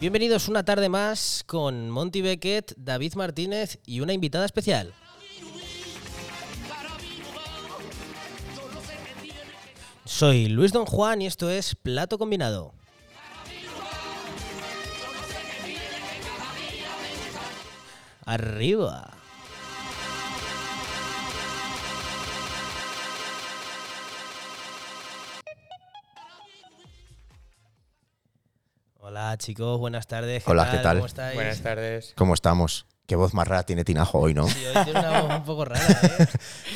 Bienvenidos una tarde más con Monty Beckett, David Martínez y una invitada especial. Soy Luis Don Juan y esto es Plato Combinado. Arriba. Hola chicos, buenas tardes. Hola, ¿qué tal? ¿Cómo estáis? Buenas tardes. ¿Cómo estamos? Qué voz más rara tiene Tinajo hoy, ¿no? Sí, hoy tiene una voz un poco rara, ¿eh?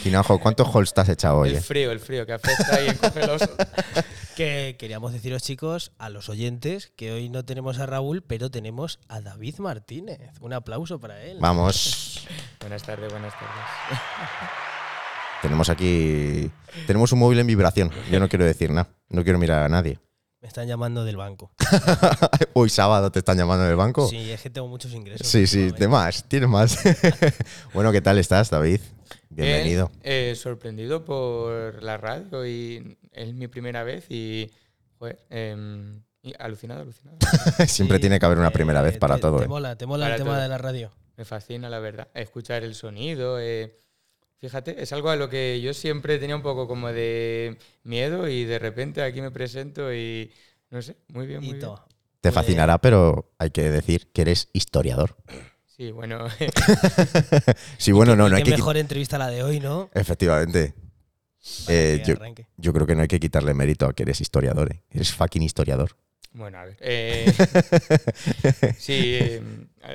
Tinajo, ¿cuántos holes te has echado hoy? El eh? frío, el frío que afecta y encoge el oso. Que queríamos deciros, chicos, a los oyentes, que hoy no tenemos a Raúl, pero tenemos a David Martínez. Un aplauso para él. Vamos, Buenas tardes, buenas tardes. tenemos aquí. Tenemos un móvil en vibración. Yo no quiero decir nada. No quiero mirar a nadie. Me están llamando del banco. Hoy sábado te están llamando del banco. Sí, es que tengo muchos ingresos. sí, sí, últimamente. de más. Tienes más. bueno, ¿qué tal estás, David? Bienvenido. Bien, eh, sorprendido por la radio y es mi primera vez y, joder, em, y alucinado, alucinado. Siempre Sí, tiene que haber una eh, primera vez para te- todo. Te ¿eh? mola, te mola Para el tema todo. de la radio. Me fascina, la verdad. Escuchar el sonido. eh, fíjate, es algo a lo que yo siempre tenía un poco como de miedo y de repente aquí me presento y no sé, muy bien, muy Y bien. todo. Te fascinará, pero hay que decir que eres historiador. Sí, bueno, Sí, bueno, no, Y no hay qué que. qui- mejor entrevista la de hoy, ¿no? Efectivamente. Para Eh, que yo, arranque. yo creo que no hay que quitarle mérito a que eres historiador. ¿eh? Eres fucking historiador. Bueno, a ver. eh, sí, eh,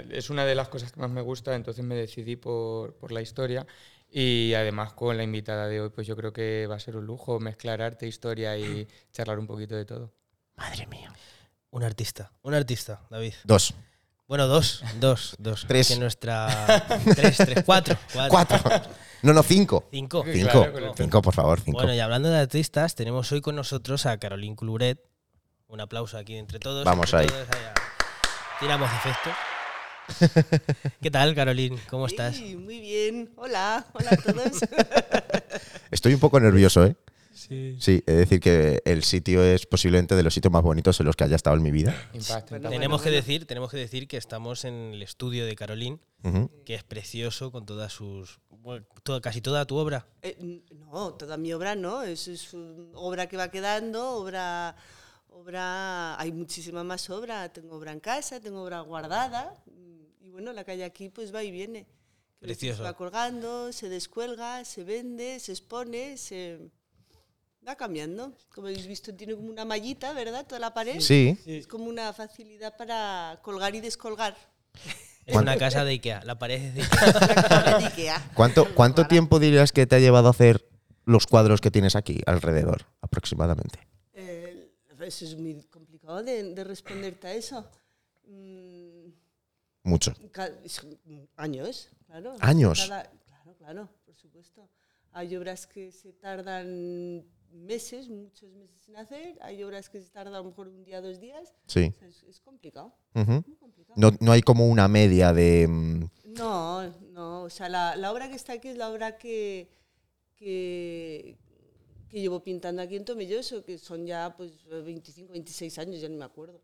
es una de las cosas que más me gusta, entonces me decidí por, por la historia. Y además con la invitada de hoy, pues yo creo que va a ser un lujo mezclar arte, historia y charlar un poquito de todo. Madre mía. Un artista, un artista, David. Dos. Bueno, dos, dos, dos. Tres. Que nuestra... tres, tres, cuatro. Cuatro. Cuatro. No, no, cinco. Cinco. Claro, Cinco. con el Cinco, por favor, cinco. Bueno, y hablando de artistas, tenemos hoy con nosotros a Caroline Cluret. Un aplauso aquí entre todos. Vamos entre ahí. todos, allá. Tiramos efecto. ¿Qué tal, Caroline? ¿Cómo estás? Sí, muy bien. Hola, hola a todos. Estoy un poco nervioso, ¿eh? Sí. Sí, es decir que el sitio es posiblemente de los sitios más bonitos en los que haya estado en mi vida. Impacto, Bueno, impacto. Tenemos que bueno. decir, tenemos que decir que estamos en el estudio de Caroline, Ujú. que es precioso con todas sus bueno, toda- casi toda tu obra. Eh, n- no, toda mi obra no, es, es un- obra que va quedando, obra, obra, hay muchísima más obra, tengo obra en casa, tengo obra guardada mm, y bueno, la calle aquí pues va y viene. Que veces Precioso. Va colgando, se descuelga, se vende, se expone, se va cambiando. Como habéis visto tiene como una mallita, ¿verdad? Toda la pared. Sí. Es como una facilidad para colgar y descolgar. Es ¿Cuánto? una casa de Ikea, la pared es de Ikea. De Ikea. ¿Cuánto, cuánto Para- tiempo dirías que te ha llevado a hacer los cuadros que tienes aquí alrededor, aproximadamente? Eh, eso es muy complicado de, de responderte a eso. Mm, Mucho. ca- es- mm, años, claro. Años. Cada- claro, claro, por supuesto. Hay obras que se tardan meses, muchos meses en hacer. Hay obras que se tardan a lo mejor un día, dos días. Sí. O sea, es, es complicado, Ujú. muy complicado. no, no hay como una media de... mm, No, no, o sea, la, la obra que está aquí es la obra que, que, que llevo pintando aquí en Tomelloso, que son ya pues 25, 26 años, ya no me acuerdo.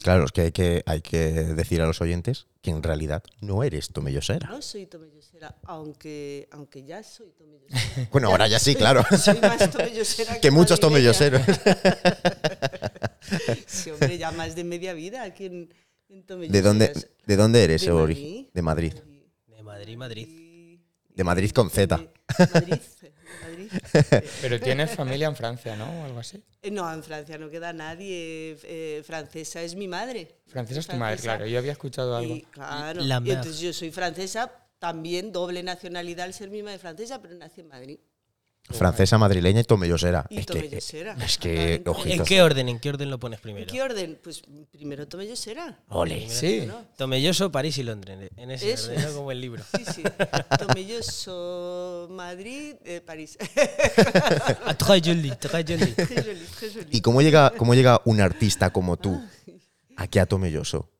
Claro, es que hay, que hay que decir a los oyentes que en realidad no eres tomellosera. No soy tomellosera, aunque, aunque ya soy tomellosera. Bueno, ahora ya sí, claro. Soy más tomellosera que, que muchos madrileña. tomelloseros. Sí, hombre, ya más de media vida aquí en, en Tomelloso. ¿De dónde, ¿De dónde eres, De Ori? Madrid. De Madrid. De Madrid, Madrid. Y- De Madrid con Z. De Madrid, de Madrid. Pero tienes familia en Francia, ¿no? O algo así. Eh, No, en Francia no queda nadie. eh, francesa es mi madre. Francesa es tu madre, Francesa. claro. Yo había escuchado algo. Y, claro. La y madre. entonces yo soy francesa, también doble nacionalidad al ser mi madre francesa, pero nací en Madrid. Francesa, madrileña y tomellosera. Y es que, tomellosera. es que, Totalmente. ¿En ojitos. qué orden? ¿En qué orden lo pones ¿En primero? qué orden? Pues primero Tomellosera. Ole. Sí. Tomelloso, París y Londres, en ese Eso orden, ¿no? es. como el libro. Sí, sí. Tomelloso, Madrid, eh, París. Ah, très joli, très joli. Très joli, très joli. ¿Y cómo llega, cómo llega un artista como tú aquí a Tomelloso?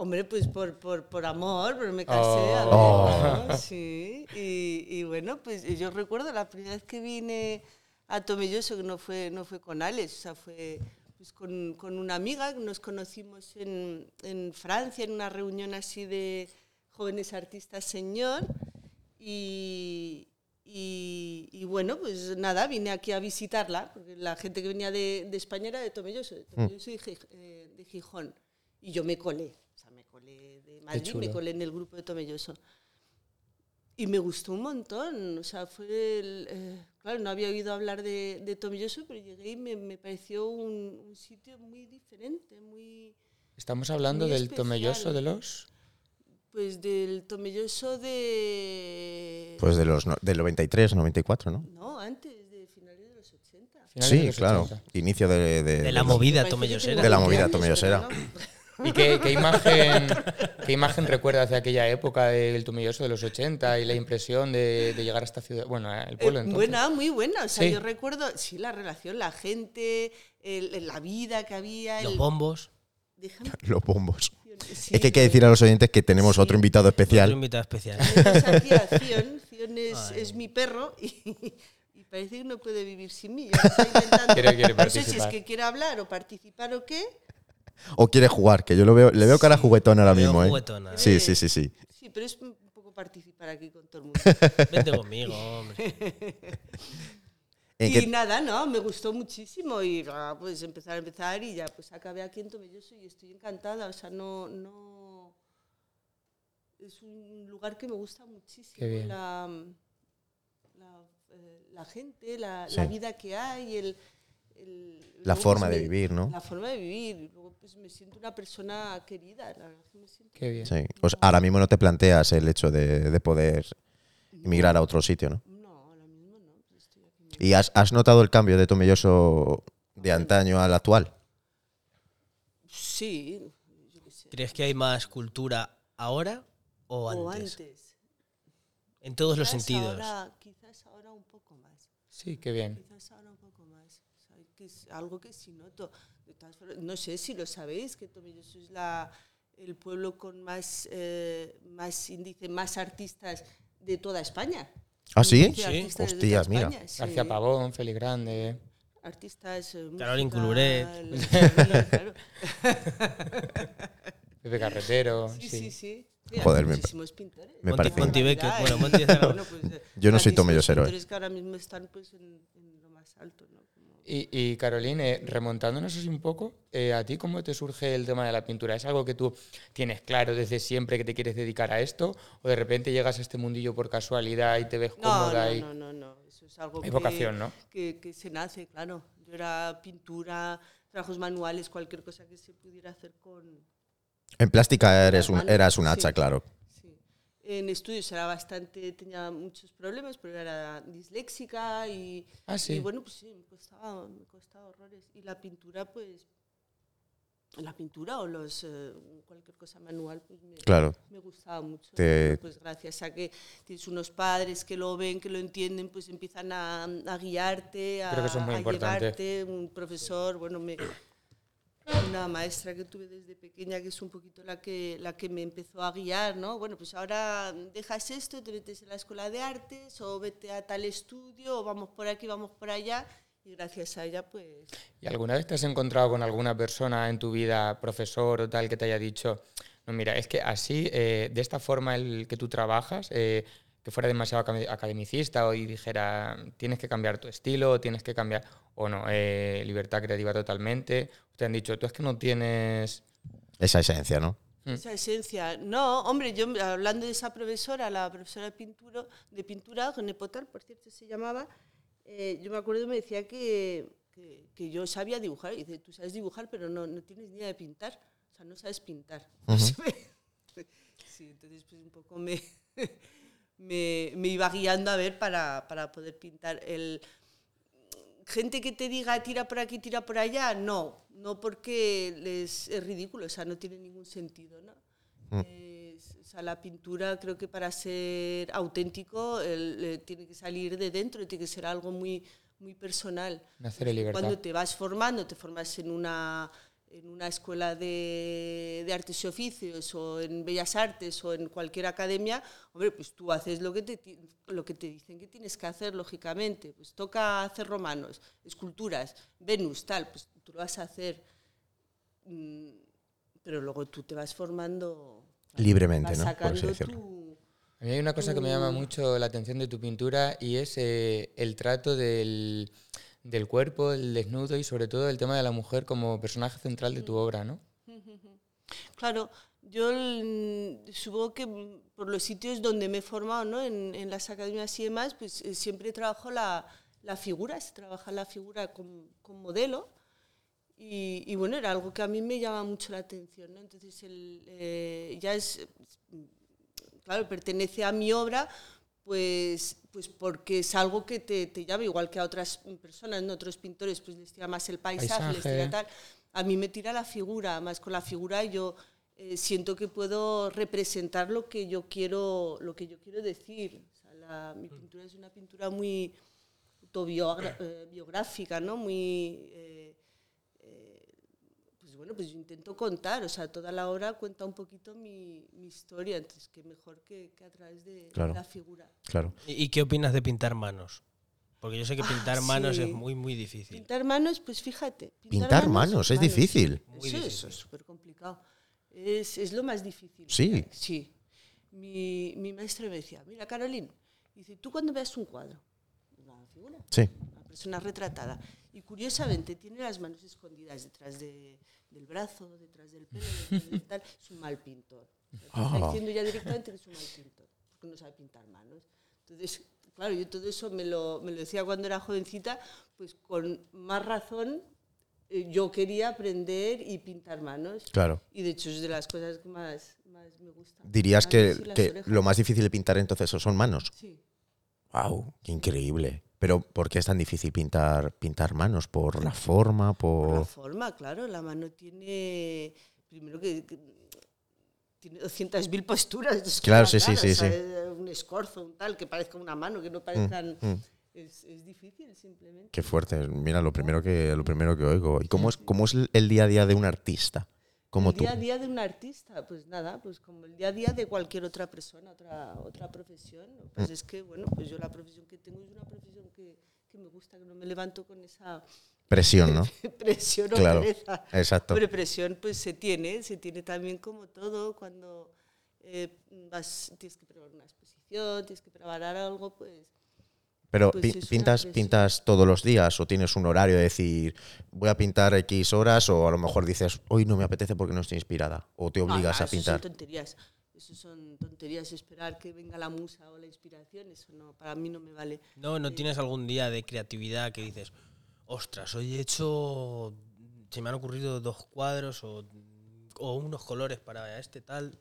Hombre, pues por, por, por amor, pero me casé. a ver, Oh. ¿no? Sí. Y, y bueno, pues yo recuerdo la primera vez que vine a Tomelloso, que no fue, no fue con Alex, o sea, fue, pues con, con una amiga, nos conocimos en, en Francia en una reunión así de jóvenes artistas señor y, y, y bueno, pues nada, vine aquí a visitarla, porque la gente que venía de, de España era de Tomelloso, de, Tomelloso y Gij- eh, de Gijón, y yo me colé, o sea, me colé de Madrid, me chulo. colé en el grupo de Tomelloso. Y me gustó un montón, o sea, fue el, eh, claro, no había oído hablar de, de Tomelloso, pero llegué y me, me pareció un, un sitio muy diferente, muy, Estamos hablando del especial. tomelloso de los. pues del Tomelloso de... Pues de los, no- del 93, 94, ¿no? no, antes, de finales de los 80. finales de Sí, los claro. 80. Inicio de, de- De la de- movida Parece que tomellosera. tengo De la 20 movida años, tomellosera. pero no. Eh, ¿Y qué, qué imagen, qué imagen recuerdas de aquella época del Tomelloso de los 80 y la impresión de, de llegar a esta ciudad? Bueno, al pueblo Eh, entonces. buena, muy buena. O sea, Sí. yo recuerdo, sí, la relación, la gente, el- el- la vida que había. Los el- bombos. Déjame- Los bombos. sí, es que hay que decir a los oyentes que tenemos Sí. otro invitado Un especial. invitado especial. tenemos aquí a Zion. Zion es, Ay. es mi perro y, y parece que no puede vivir sin mí. Yo lo estoy intentando. Quiere- quiere no sé si es participar. que quiere hablar o participar o qué. O quiere jugar, que yo lo veo, le veo cara juguetón ahora le veo mismo, ¿eh? juguetona. Sí, sí, sí, sí. Sí, pero es un poco participar aquí con todo el mundo. ¿eh? Vente conmigo, hombre. ¿En y qué- nada, no, me gustó muchísimo y ah, pues empezar a empezar y ya pues acabé aquí en Tomelloso y estoy encantada, o sea, no, no... Es un lugar que me gusta Qué muchísimo, bien. la, la, eh, la gente, la, la Sí. vida que hay, el... el- La luego, forma de pues, me- vivir, ¿no? La forma de vivir, y luego pues me siento una persona querida, la verdad que me siento... Qué bien. Sí. O sea, ahora mismo no te planteas el hecho de, de poder emigrar a otro sitio, ¿no? No, ahora mismo no, pero estoy aquí. ¿Y has, has notado el cambio de Tomelloso de antaño al actual? Sí, yo qué sé. ¿Crees que hay más cultura ahora o antes? O antes. En todos los Quizás sentidos. ahora- quizás ahora un poco más. Sí, qué bien. Quizás ahora un poco más. O sea, que es algo que sí noto. De todas formas, no sé si lo sabéis, que Tomelloso es la, el pueblo con más, eh, más índice, más artistas de toda España. ¿Ah, sí? Índice de Sí. artistas de toda Hostias, mira. España, sí. García Pavón, Feli Grande. Artistas. eh, Carolín música, Cururet. los- claro. Pepe Carretero. Sí, Sí, sí, sí. Mira, Joder, me- muchísimos pintores. me Monty- parece- Monty Becker, Barbaridad, bueno, ¿eh? Monty es de la- Bueno, pues, eh, Yo no soy tantísimos tomellosero, ¿eh? pintores que ahora mismo están pues, en, en lo más alto, ¿no? Como- Y, y Caroline, eh, remontándonos así un poco, eh, ¿a ti cómo te surge el tema de la pintura? ¿Es algo que tú tienes claro desde siempre que te quieres dedicar a esto? ¿O de repente llegas a este mundillo por casualidad y te ves No, cómoda? no, y... no, no, no. Eso es algo Hay vocación, ¿no? que, que se nace, claro. Yo era pintura, trabajos manuales, cualquier cosa que se pudiera hacer con... En plástica eres un, Normal, eras un sí. hacha, claro. sí. En estudios era bastante, tenía muchos problemas, pero era disléxica y, Ah, sí. y bueno, pues sí, me costaba, me costaba horrores. Y la pintura, pues, la pintura o los, eh, cualquier cosa manual, pues me, Claro. me gustaba mucho. Te- Pues gracias a que tienes unos padres que lo ven, que lo entienden, pues empiezan a, a guiarte, a, Creo que eso es muy a importante. llevarte, un profesor, bueno, me- una maestra que tuve desde pequeña que es un poquito la que, la que me empezó a guiar, ¿no? Bueno, pues ahora dejas esto, te metes en la escuela de artes o vete a tal estudio o vamos por aquí, vamos por allá y gracias a ella pues... ¿Y alguna vez te has encontrado con alguna persona en tu vida, profesor o tal, que te haya dicho, no, mira, es que así, eh, de esta forma el que tú trabajas, eh, que fuera demasiado acad- academicista o y dijera, tienes que cambiar tu estilo, tienes que cambiar, o no, eh, libertad creativa totalmente, te han dicho, tú es que no tienes... Esa esencia, ¿no? Mm. Esa esencia. No, hombre, yo hablando de esa profesora, la profesora de pintura, de pintura, Genepotal, por cierto, se llamaba, eh, yo me acuerdo me decía que, que, que yo sabía dibujar. Y dice, tú sabes dibujar, pero no, no tienes ni idea de pintar. O sea, no sabes pintar. sí, entonces pues un poco me, me, me iba guiando a ver para, para poder pintar el gente que te diga tira por aquí, tira por allá, no, no porque les es ridículo, o sea, no tiene ningún sentido, ¿no? Es- o sea, la pintura creo que para ser auténtico el- eh, tiene que salir de dentro, tiene que ser algo muy, muy personal. Nacer en libertad. Cuando te vas formando, te formas en una en una escuela de, de artes y oficios o en bellas artes o en cualquier academia, hombre, pues tú haces lo que te, ti- lo que te dicen que tienes que hacer, lógicamente. Pues toca hacer romanos, esculturas, Venus, tal, pues tú lo vas a hacer. Mm, Pero luego tú te vas formando. Libremente, vas ¿no? Por así sacando decirlo. tu- A mí hay una cosa que me llama mucho la atención de tu pintura y es eh, el trato del, del cuerpo, el desnudo y sobre todo el tema de la mujer como personaje central de tu obra, ¿no? Claro, yo mm, supongo que mm, por los sitios donde me he formado, ¿no? en, en las academias y demás, pues eh, siempre trabajo la, la figura, se trabaja la figura con, con modelo. Y, y, bueno, era algo que a mí me llama mucho la atención. ¿no? Entonces, el, eh, ya es, claro, pertenece a mi obra, pues, pues porque es algo que te, te llama, igual que a otras personas, ¿no? otros pintores, pues les tira más el paisaje, les Paisaje. tira tal. A mí me tira la figura, además con la figura yo eh, siento que puedo representar lo que yo quiero, lo que yo quiero decir. O sea, la- mi pintura es una pintura muy autobiográfica, ¿no? Muy... eh, pues bueno, pues yo intento contar, o sea, toda la obra cuenta un poquito mi, mi historia, entonces que mejor que, que a través de Claro. la figura. Claro. ¿Y y qué opinas de pintar manos? Porque yo sé que Ah, pintar manos sí. es muy, muy difícil. Pintar manos, pues fíjate. Pintar manos, es difícil. Muy Sí, difícil. eso es súper complicado. Es, es lo más difícil. Sí. Sí. Mi, mi maestro me decía, mira, Carolina, dice, tú cuando veas un cuadro, una figura, Sí. una persona retratada. Y curiosamente tiene las manos escondidas detrás de- del brazo, detrás del pelo, detrás del tal. Es un mal pintor. O sea, te Ah. Está diciendo ya directamente que es un mal pintor, porque no sabe pintar manos. Entonces, claro, yo todo eso me lo, me lo decía cuando era jovencita, pues con más razón eh, yo quería aprender y pintar manos. Claro. Y de hecho es de las cosas que más, más me gustan. Dirías Las que, manos y las que orejas. lo más difícil de pintar entonces son manos. Sí. ¡Wow! ¡Qué increíble! Pero ¿por qué es tan difícil pintar, pintar manos? ¿Por la forma? Por la ¿Por...? forma, claro, la mano tiene, primero que, que tiene 200.000 posturas. es que Claro, la sí, sí, cara, sí, o sea, sí. eh, Un escorzo, un tal, que parezca una mano, que no parezcan... mm. Es, es difícil, simplemente. Qué fuerte. Mira, lo primero que, lo primero que oigo. ¿Y cómo es, cómo es el día a día de un artista? Como el tú. día a día de un artista, pues nada, pues como el día a día de cualquier otra persona, otra, otra profesión. ¿no? Mm. Pues es que, bueno, pues yo la profesión que tengo es una profesión que, que me gusta, que no me levanto con esa Presión, ¿no? presión o Claro, pereza. exacto. Pero presión pues se tiene, se tiene también como todo, cuando eh, vas, tienes que preparar una exposición, tienes que preparar algo, pues Pero Pues pi- es una pintas, presión. pintas todos los días o tienes un horario de decir voy a pintar X horas o a lo mejor dices hoy no me apetece porque no estoy inspirada o te No, obligas no, a eso pintar. Son tonterías. Eso son tonterías, esperar que venga la musa o la inspiración, eso no, para mí no me vale. No, no tienes algún día de creatividad que dices, ostras, hoy he hecho, se me han ocurrido dos cuadros o, o unos colores para este tal.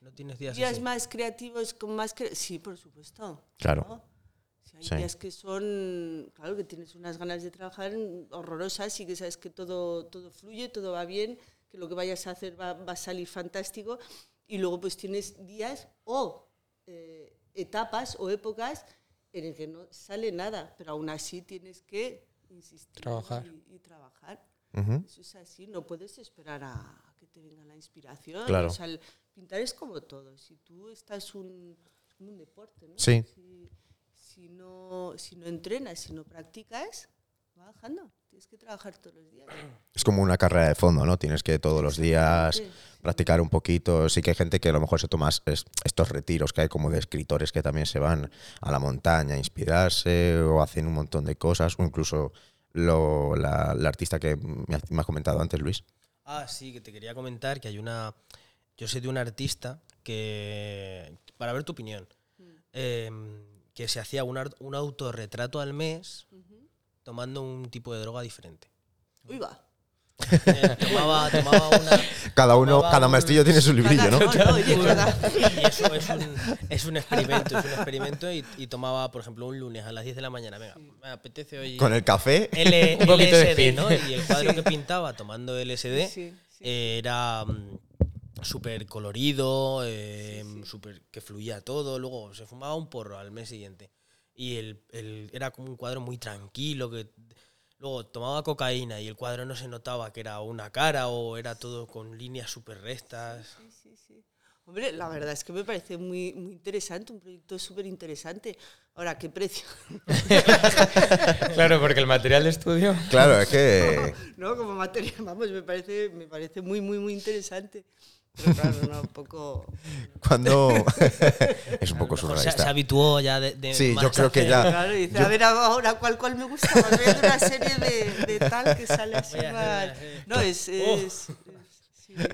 No tienes días Días así. más creativos, con más... cre- sí, por supuesto. Claro. ¿no? Si hay Sí. días que son, claro, que tienes unas ganas de trabajar horrorosas y que sabes que todo, todo fluye, todo va bien, que lo que vayas a hacer va, va a salir fantástico. Y luego pues tienes días o eh, etapas o épocas en el que no sale nada, pero aún así tienes que insistir Trabajar. Y, y trabajar. Ujú. Eso es así, no puedes esperar a que te venga la inspiración. Claro. O sea, el pintar es como todo. Si tú estás un, es como un deporte, ¿no? Sí. Si, si no, si no entrenas, si no practicas, va bajando. Tienes que trabajar todos los días. Es como una carrera de fondo, ¿no? Tienes que todos los días Exactamente, sí. practicar un poquito. Sí que hay gente que a lo mejor se toma es- estos retiros que hay como de escritores que también se van a la montaña a inspirarse o hacen un montón de cosas o incluso lo- la, la artista que me has, me has comentado antes, Luis. Ah, sí, que te quería comentar que hay una. Yo sé de un artista que. Para ver tu opinión. Mm, eh, que se hacía un, ar- un autorretrato al mes tomando un tipo de droga diferente. Uy, va. Eh, tomaba, tomaba una. Cada uno, tomaba cada un- maestrillo tiene su librillo, ¿no? Cada- no, no, oye, un- cada- y eso es un, es un experimento, es un experimento. Y, y tomaba, por ejemplo, un lunes a las 10 de la mañana. Venga, me apetece hoy. Con el café. L- Un poquito de LSD, speed. ¿no? Y el cuadro que pintaba tomando LSD Sí, Eh, sí. Eh, era mm, súper colorido, eh, súper- que fluía todo. Luego se fumaba un porro al mes siguiente. Y el, el- era como un cuadro muy tranquilo, que Luego tomaba cocaína y el cuadro no se notaba que era una cara o era todo con líneas súper rectas. Sí, sí, sí. Hombre, la verdad es que me parece muy, muy interesante, un proyecto súper interesante. Ahora, ¿qué precio? claro, porque el material de estudio. Claro, es que. no, como materia, vamos, me parece, me parece muy, muy, muy interesante. Pero claro, no, un poco... Cuando. es un poco Mejor se, se surrealista. habituó ya de, de Sí, más yo creo que hacer- ya. Claro, dice, yo- a ver ahora cuál, cuál me gusta. más? Voy a hacer una serie de, de tal que sale así Voy a hacer una, mal. sí. No, es... es- sí.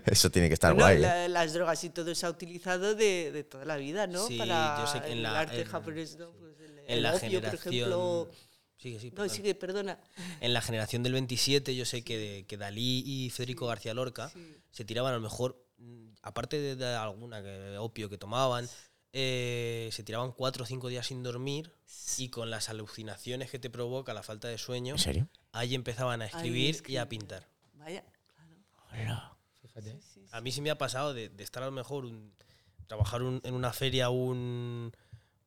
Eso tiene que estar Bueno, guay. ¿eh? la- las drogas y todo se ha utilizado de, de toda la vida, ¿no? Sí, Para yo sé que en el la- arte en- japonés, ¿no? Pues el, en el la opio, por generación- ejemplo. Sí, sí, No, perdón. sí que, perdona. En la generación del 27 yo sé que, de- que Dalí y Federico García Lorca Sí. se tiraban a lo mejor, mm, aparte de, de alguna que- opio que tomaban, eh, se tiraban cuatro o cinco días sin dormir y con las alucinaciones que te provoca la falta de sueño, ¿En serio? ahí empezaban a escribir y a escribir. pintar. Vaya, claro. Fíjate. A mí sí me ha pasado de, de estar a lo mejor, un- trabajar un- en una feria un,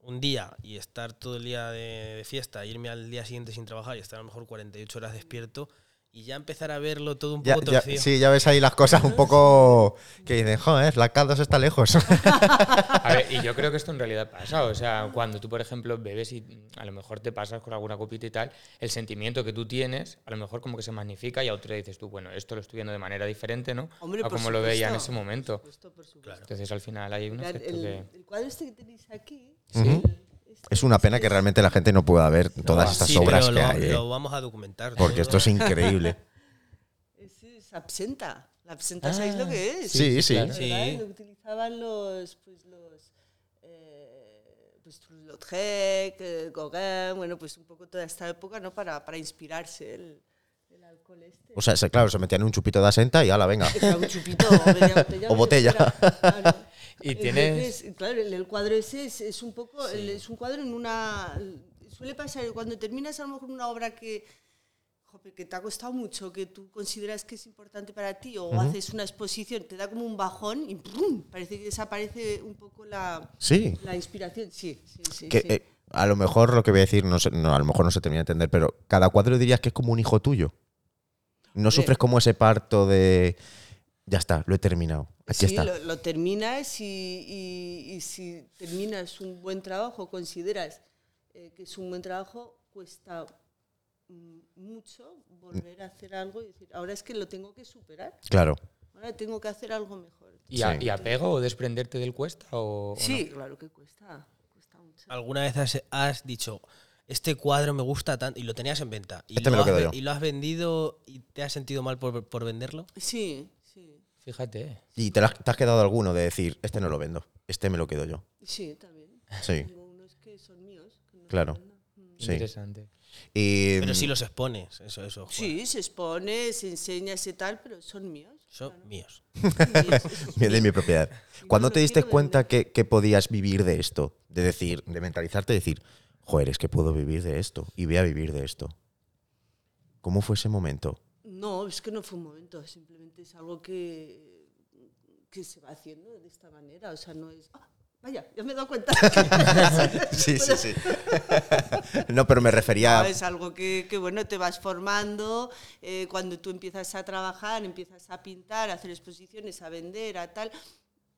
un día y estar todo el día de, de fiesta, irme al día siguiente sin trabajar y estar a lo mejor 48 horas despierto y ya empezar a verlo todo un Ya, poco ya- torcido. sí, ya ves ahí las cosas un poco que dicen, joder, la Caldas está lejos. A ver, y yo creo que esto en realidad pasa. O sea, cuando tú, por ejemplo, bebes y mm, a lo mejor te pasas con alguna copita y tal, el sentimiento que tú tienes, a lo mejor como que se magnifica y a otro le dices tú, bueno, esto lo estoy viendo de manera diferente, ¿no? Hombre, a por como lo veía en ese supuesto. momento. Por supuesto, por supuesto. Entonces al final hay un Mirad, efecto el, que. el cuadro este que tenéis aquí. Ujú. este- Es una pena que realmente la gente no pueda ver todas Ah, estas sí, obras pero que lo, hay, ¿eh? lo vamos a documentar. porque todo. esto es increíble. Ese es absenta. La absenta, ¿sabéis lo que es? Sí, sí. claro. Sí. ¿verdad? Lo que utilizaban los. Pues, los eh, pues Toulouse-Lautrec, eh, Gauguin, bueno, pues un poco toda esta época, ¿no? Para, para inspirarse el, el alcohol este. O sea, se- claro, se metían un chupito de asenta y ala, venga. Era un chupito o media botella. O botella. entera, claro. Y tienes- Entonces, claro, el, el cuadro ese es, es un poco. el- es un cuadro en una. Suele pasar cuando terminas a lo mejor una obra que. jope, que te ha costado mucho, que tú consideras que es importante para ti, o haces una exposición, te da como un bajón y ¡prum! parece que desaparece un poco la, Sí. la inspiración. Sí, sí, sí. Que, sí. eh, a lo mejor lo que voy a decir, no, sé- no, a lo mejor no se termina de entender, pero cada cuadro dirías que es como un hijo tuyo. No sufres como ese parto de. Ya está, lo he terminado. Aquí Sí, está. Lo, lo terminas y, y- y si terminas un buen trabajo, consideras eh, que es un buen trabajo, cuesta mm, mucho volver a hacer algo y decir, ahora es que lo tengo que superar, Claro. ahora tengo que hacer algo mejor. ¿Y, a- Sí. y apego o desprenderte del cuesta o, o Sí, claro que cuesta, cuesta mucho. ¿Alguna vez has, has dicho, este cuadro me gusta tanto y lo tenías en venta? Y, lo, Este me lo has, quedo ve- yo. y lo has vendido y te has sentido mal por, por venderlo? Sí, no? sí, Fíjate. ¿eh? Y te, la- te has quedado alguno de decir, este no lo vendo, este me lo quedo yo. sí, también. Sí, Tengo unos que son míos. que no se Claro. mandan. Mm. sí. Interesante. Y, Pero sí mm, los expones, eso, eso. Juan. Sí, se expone, se enseña, se tal, pero son míos. Son claro. míos. Míos, esos de mi propiedad. no ¿Cuándo lo te diste quiero cuenta que, que podías vivir de esto? De decir, de mentalizarte y decir, joder, es que puedo vivir de esto y voy a vivir de esto. ¿Cómo fue ese momento? No, es que no fue un momento, simplemente es algo que, que se va haciendo de esta manera, o sea, no es... "Ah, Vaya, ya me he dado cuenta. Sí, sí, sí. No, pero me refería. No, Ah, es algo que, que, bueno, te vas formando, eh, cuando tú empiezas a trabajar, empiezas a pintar, a hacer exposiciones, a vender, a tal,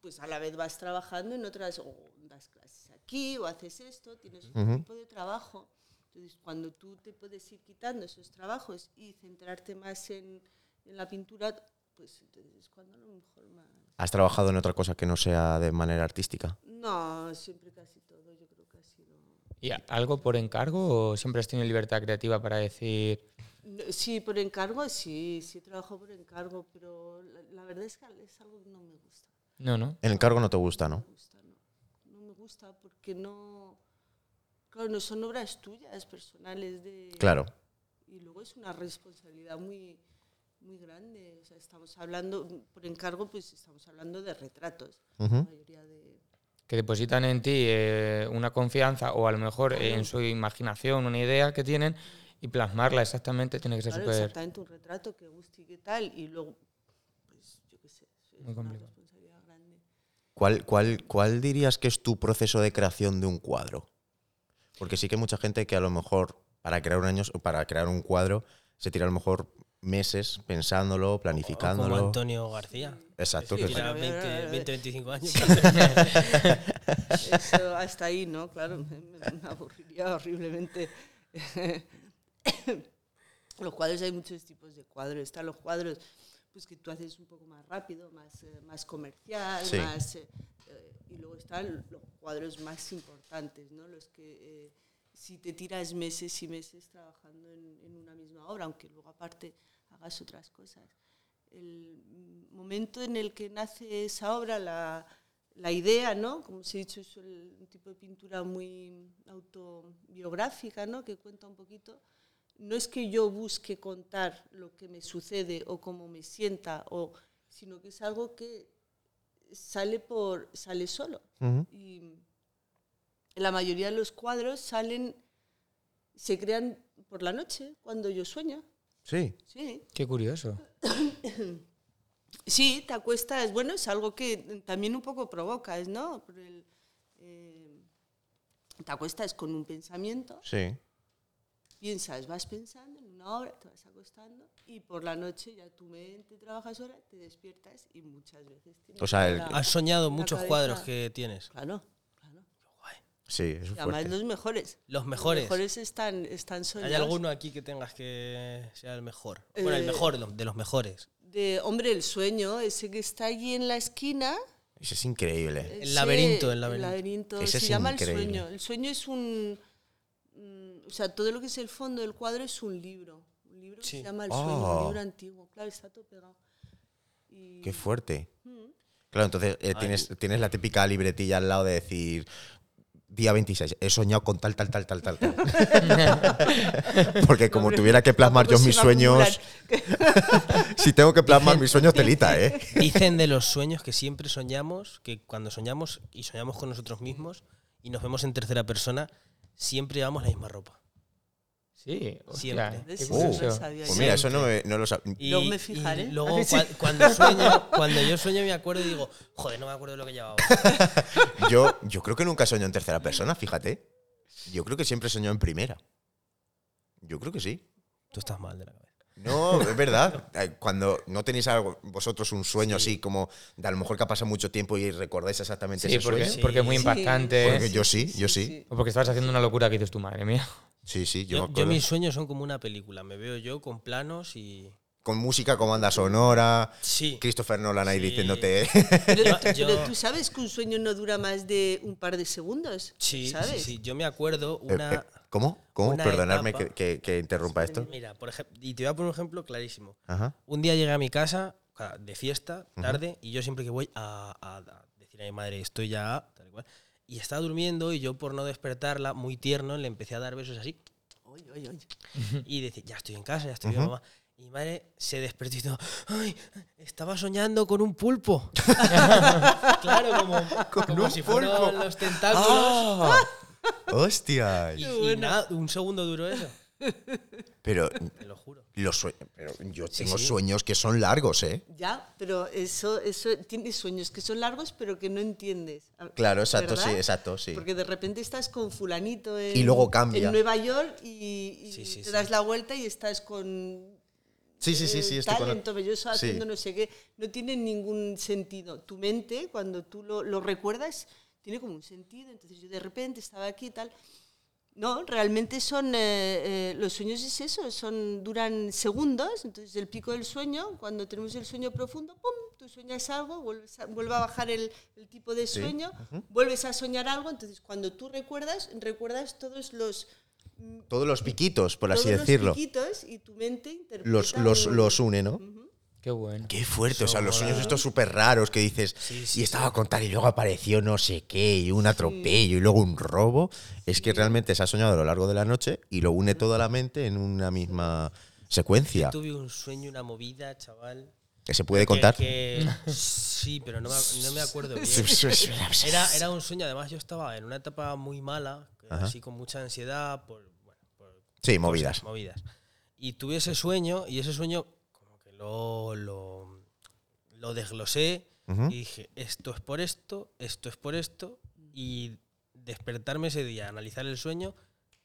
pues a la vez vas trabajando en otras, o das clases aquí, o haces esto, tienes otro tipo de trabajo. Entonces, cuando tú te puedes ir quitando esos trabajos y centrarte más en, en la pintura, pues entonces es cuando a lo mejor más... ¿Has trabajado en otra cosa que no sea de manera artística? No, siempre casi todo, yo creo que ha sido... ¿Y a- algo por encargo o siempre has tenido libertad creativa para decir No, Sí, por encargo, sí, sí trabajo por encargo, pero la, la verdad es que es algo que no me gusta. no, no? El encargo no te gusta, ¿no? No me gusta, no. No me gusta porque no. Claro, no son obras tuyas, personales de. Claro. Y luego es una responsabilidad muy, muy grande. O sea, estamos hablando, por encargo, pues estamos hablando de retratos. La Ujú. mayoría de. que depositan en ti eh, una confianza o a lo mejor eh, en su imaginación una idea que tienen y plasmarla exactamente tiene que ser Claro, súper... exactamente un retrato que guste y que tal. Y luego, pues yo qué sé, es Muy una complicado. responsabilidad grande. ¿Cuál, cuál, ¿Cuál dirías que es tu proceso de creación de un cuadro? Porque sí que hay mucha gente que a lo mejor para crear un año, para crear un cuadro se tira a lo mejor meses pensándolo, planificándolo. Como Antonio García. Exacto, que que tira sí. 20, 20, 25 años. Eso hasta ahí, ¿no? Claro, me, me aburriría horriblemente. los cuadros, hay muchos tipos de cuadros. Están los cuadros pues, que tú haces un poco más rápido, más, eh, más comercial, Sí. más, eh, eh, y luego están los cuadros más importantes, ¿no? Los que eh, si te tiras meses y meses trabajando en, en una misma obra, aunque luego aparte hagas otras cosas. El momento en el que nace esa obra, la, la idea, ¿no? Como os he dicho, es el- un tipo de pintura muy autobiográfica, ¿no? Que cuenta un poquito. No es que yo busque contar lo que me sucede o cómo me sienta, o, sino que es algo que sale, por, sale solo. Ujú. Y la mayoría de los cuadros salen, se crean por la noche, cuando yo sueño. Sí. Sí, Qué curioso. Sí, te acuestas, bueno, es algo que también un poco provocas, ¿no? Por el, eh, te acuestas con un pensamiento, Sí. piensas, vas pensando en una hora, te vas acostando y por la noche ya tu mente trabajas ahora, te despiertas y muchas veces tienes O sea, el- la- Has soñado la muchos cabeza- cuadros que tienes. Claro, claro. Sí, es Y además fuerte. los mejores. Los mejores. Los mejores están, están soñados. ¿Hay alguno aquí que tengas que sea el mejor? Bueno, el Eh, mejor de los- de los mejores. De Hombre, el sueño, ese que está allí en la esquina, Eso es increíble. El Ese- laberinto, el laberinto. Ese se es llama increíble. el sueño. El sueño es un. mm, o sea, todo lo que es el fondo del cuadro es un libro. Un libro que Sí. se llama El Oh. sueño, un libro antiguo. Claro, está todo pegado. Y- Qué fuerte. Mm. Claro, entonces eh, tienes, tienes la típica libretilla al lado de decir, día 26, he soñado con tal, tal, tal, tal, tal. tal". Porque como Hombre, tuviera que plasmar yo tampoco se mis va a acumular. sueños, si tengo que plasmar mis sueños, telita, ¿eh? Dicen de los sueños que siempre soñamos, que cuando soñamos y soñamos con nosotros mismos y nos vemos en tercera persona, siempre llevamos la misma ropa. Sí, Siempre. hostia, qué ¿Ves? Oh, Eso no lo curioso. sabía Pues yo. mira, eso no, me- no lo sabía. Y, Luego me fijaré. y luego Ah, sí. cua- cuando, sueño, cuando yo sueño me acuerdo y digo, joder, no me acuerdo de lo que llevaba. Yo, yo creo que nunca soñó en tercera persona, fíjate. Yo creo que siempre soñó en primera. Yo creo que sí. Tú estás mal de la cabeza. No, es verdad. Eh, Cuando no tenéis algo, vosotros un sueño así como de a lo mejor que ha pasado mucho tiempo y recordáis exactamente Sí, ese porque, sueño. porque es muy Sí. impactante. Porque yo sí, yo sí. O porque estabas haciendo una locura que dices tu madre mía. Sí, sí, yo, me Yo, yo acuerdo. mis sueños son como una película, me veo yo con planos y... Con música, con banda sonora, Sí, Christopher Nolan ahí Sí. diciéndote. Pero, Yo- pero tú sabes que un sueño no dura más de un par de segundos. sí, sí, ¿sabes? sí, yo me acuerdo una... Eh, eh, ¿Cómo? ¿Cómo? una Perdonadme que, etapa. que- que interrumpa esto. Mira, por ejemplo, y te voy a poner un ejemplo clarísimo. Ajá. Un día llegué a mi casa claro, de fiesta, tarde, y yo siempre que voy a, a- a decir a mi madre, estoy ya, tal y cual. Y estaba durmiendo y yo por no despertarla, muy tierno, le empecé a dar besos así. Oy, oy, oy. Y decía, ya estoy en casa, ya estoy bien, mamá. Y mi madre se despertó y dijo, ay, estaba soñando con un pulpo. claro, como, como un si fueran pulpo. Ah, los tentáculos. ¡Hostia! Y, y bueno. nada, un segundo duró eso, Pero, te lo juro. los sue- pero yo Sí, tengo sí. sueños que son largos, ¿eh? Ya, pero eso, eso tienes sueños que son largos, pero que no entiendes. Claro, exacto, sí, ¿Verdad? exacto, sí. Porque de repente estás con fulanito en, Y luego cambia. en Nueva York y, y Sí, sí, te sí. das la vuelta y estás con Sí, sí, sí, sí, eh, estoy tal con- entomelloso Sí. haciendo no sé qué. No tiene ningún sentido. Tu mente, cuando tú lo, lo recuerdas, tiene como un sentido. Entonces yo de repente estaba aquí y tal. No, realmente son eh, eh, los sueños es eso, son duran segundos, entonces el pico del sueño, cuando tenemos el sueño profundo, pum, tú sueñas algo, vuelves a- vuelve a bajar el, el tipo de sueño, vuelves a soñar algo, entonces cuando tú recuerdas, recuerdas todos los mm, Todos los piquitos, por así todos decirlo. los piquitos y tu mente interpreta Los, los, un- los une, ¿no? Qué bueno. Qué fuerte, o sea, los sueños estos súper raros que dices, y estaba con tal y luego apareció no sé qué, y un atropello, y luego un robo. Es que realmente se ha soñado a lo largo de la noche y lo une toda la mente en una misma secuencia. Tuve un sueño, una movida, chaval. ¿Que se puede que- contar? que- sí, pero no me, ac- no me acuerdo bien. Era, era un sueño, además yo estaba en una etapa muy mala, que era así con mucha ansiedad, por, bueno, por Sí, cosas, movidas. movidas. Y tuve ese sueño y ese sueño como que lo, lo, lo desglosé Ujú. y dije, esto es por esto, esto es por esto, y despertarme ese día, analizar el sueño,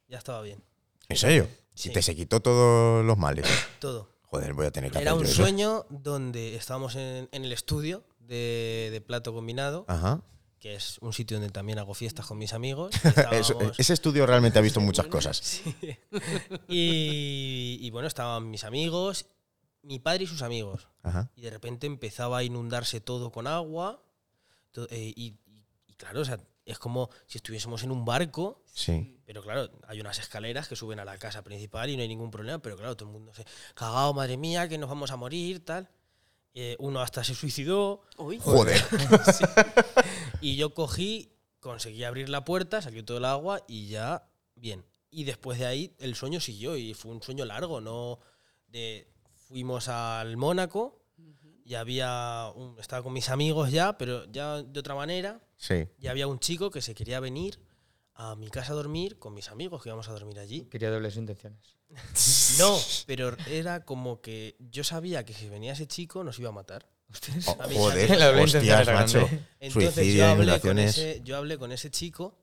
ya estaba bien. ¿En serio? Sí. Si te se quitó todos los males. Todo. Joder, voy a tener que Era hacer un yo eso. sueño donde estábamos en, en el estudio de, de plato combinado, Ajá. que es un sitio donde también hago fiestas con mis amigos. Eso- Estábamos- ese estudio realmente ha visto muchas cosas. Sí. y, y bueno, estaban mis amigos, mi padre y sus amigos. Ajá. Y de repente empezaba a inundarse todo con agua. to- eh, y, y- y claro, o sea, es como si estuviésemos en un barco. Sí. Pero claro, hay unas escaleras que suben a la casa principal y no hay ningún problema. Pero claro, todo el mundo se cagado, madre mía, que nos vamos a morir, tal. Eh, uno hasta se suicidó. Uy, Joder. Y yo cogí, conseguí abrir la puerta, salió todo el agua y ya, bien. Y después de ahí el sueño siguió y fue un sueño largo, ¿no? De, fuimos al Mónaco y había, un- estaba con mis amigos ya, pero ya de otra manera, Sí. y había un chico que se quería venir a mi casa a dormir con mis amigos que íbamos a dormir allí. Quería dobles intenciones. No, pero era como que yo sabía que si venía ese chico nos iba a matar. Oh, A mí joder, la doble intención hostias, era macho. grande. Entonces Suicidio, yo, hablé con inundaciones. ese, yo hablé con ese chico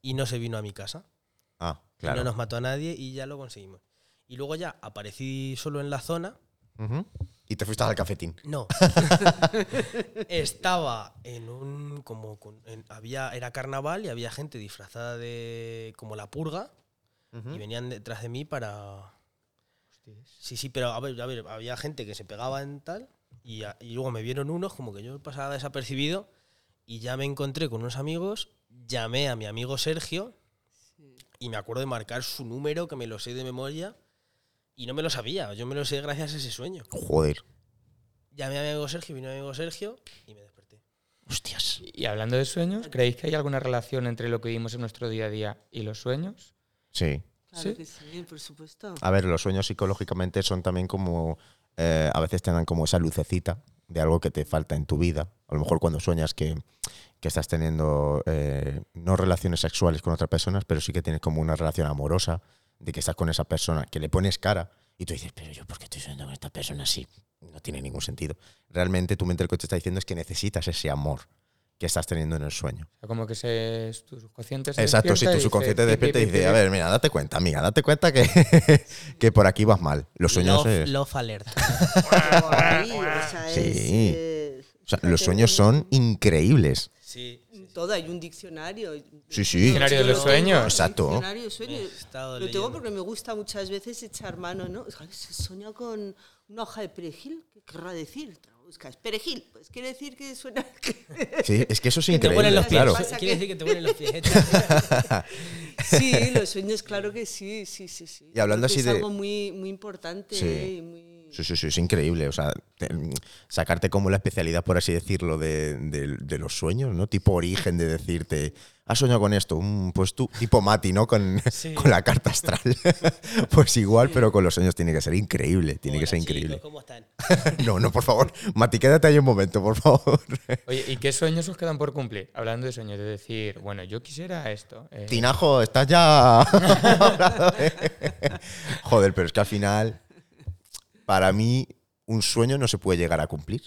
y no se vino a mi casa. Ah, Y claro. No nos mató a nadie y ya lo conseguimos. Y luego ya aparecí solo en la zona. Ujú. Y te fuiste al cafetín. No. Estaba en un. como con- en- había, Era carnaval y había gente disfrazada de. como la purga. Y venían detrás de mí para. Hostias. Sí, sí, pero a ver, a ver, había gente que se pegaba en tal. Y, a- y luego me vieron unos, como que yo pasaba desapercibido. Y ya me encontré con unos amigos. Llamé a mi amigo Sergio. y me acuerdo de marcar su número, que me lo sé de memoria, y no me lo sabía, yo me lo sé gracias a ese sueño. Joder. Llamé a mi amigo Sergio, vino mi amigo Sergio y me desperté. Hostias. Y hablando de sueños, ¿creéis que hay alguna relación entre lo que vivimos en nuestro día a día y los sueños? Sí. Ah. claro Sí. que sí, por supuesto. A ver, los sueños psicológicamente son también como. eh, a veces te dan como esa lucecita de algo que te falta en tu vida. A lo mejor cuando sueñas que, que estás teniendo eh, no relaciones sexuales con otras personas, pero sí que tienes como una relación amorosa, de que estás con esa persona, que le pones cara y tú dices, pero yo, ¿por qué estoy soñando con esta persona así? No tiene ningún sentido. Realmente tu mente lo que te está diciendo es que necesitas ese amor que estás teniendo en el sueño. O sea, como que se, tu subconsciente se Exacto, si despierta y tu dice, subconsciente "Pi, pi, despierta y pi, pi, dice, a pi". ver, mira, date cuenta, amiga, date cuenta que, que por aquí vas mal. Los sueños, love, es- love alert. Ay, o sea, Sí. es, eh, o sea, los sueños son increíbles. Sí, sí, sí. todo, hay un diccionario. Sí, sí. Diccionario de Yo lo los tengo, sueños. Exacto. Diccionario de Me he sueños. estado Lo tengo leyendo. porque me gusta muchas veces echar mano, ¿no? Ay, Se soña con una hoja de perejil, ¿qué querrá decir? Te lo buscas. Perejil, pues quiere decir que suena... Sí, es que eso es Que te increíble, huelen los pies. claro. Pasa Quiere que- decir que te huelen los pies. sí, los sueños, claro que sí, sí, sí. sí. Y hablando Creo que así es de- algo muy, muy importante Sí. ¿eh? y muy... Sí, sí, sí, es increíble. O sea, te- mm, sacarte como la especialidad, por así decirlo, de, de- de los sueños, ¿no? Tipo origen de decirte, ¿has soñado con esto? Mm, pues tú, tipo Mati, ¿no? Con, Sí. con la carta astral. pues igual, pero con los sueños tiene que ser increíble, tiene que ser increíble. ¿Cómo están? no, no, por favor. Mati, quédate ahí un momento, por favor. Oye, ¿y qué sueños os quedan por cumplir? Hablando de sueños, de decir, bueno, yo quisiera esto. eh, Tinajo, estás ya. hablado, ¿eh? Joder, pero es que al final, para mí, un sueño no se puede llegar a cumplir.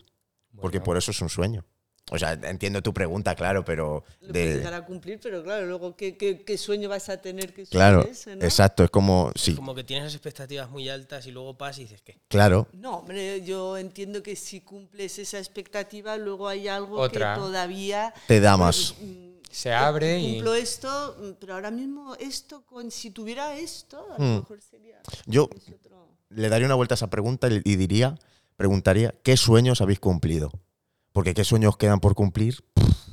Porque bueno, por eso es un sueño. O sea, entiendo tu pregunta, claro, pero. Lo de- puedes llegar a cumplir, pero claro, luego, ¿qué, qué, qué sueño vas a tener que Claro, ese, ¿no? exacto. Es como. Sí, Como que tienes las expectativas muy altas y luego pasas y dices, ¿qué? claro. No, hombre, yo entiendo que si cumples esa expectativa, luego hay algo Otra. que todavía... Te da más. Mm, Se abre y... Cumplo esto, mm, pero ahora mismo esto, con, si tuviera esto, a Mm. lo mejor sería... Yo es otro- le daría una vuelta a esa pregunta y y diría, preguntaría, ¿qué sueños habéis cumplido? Porque qué sueños quedan por cumplir, Pff,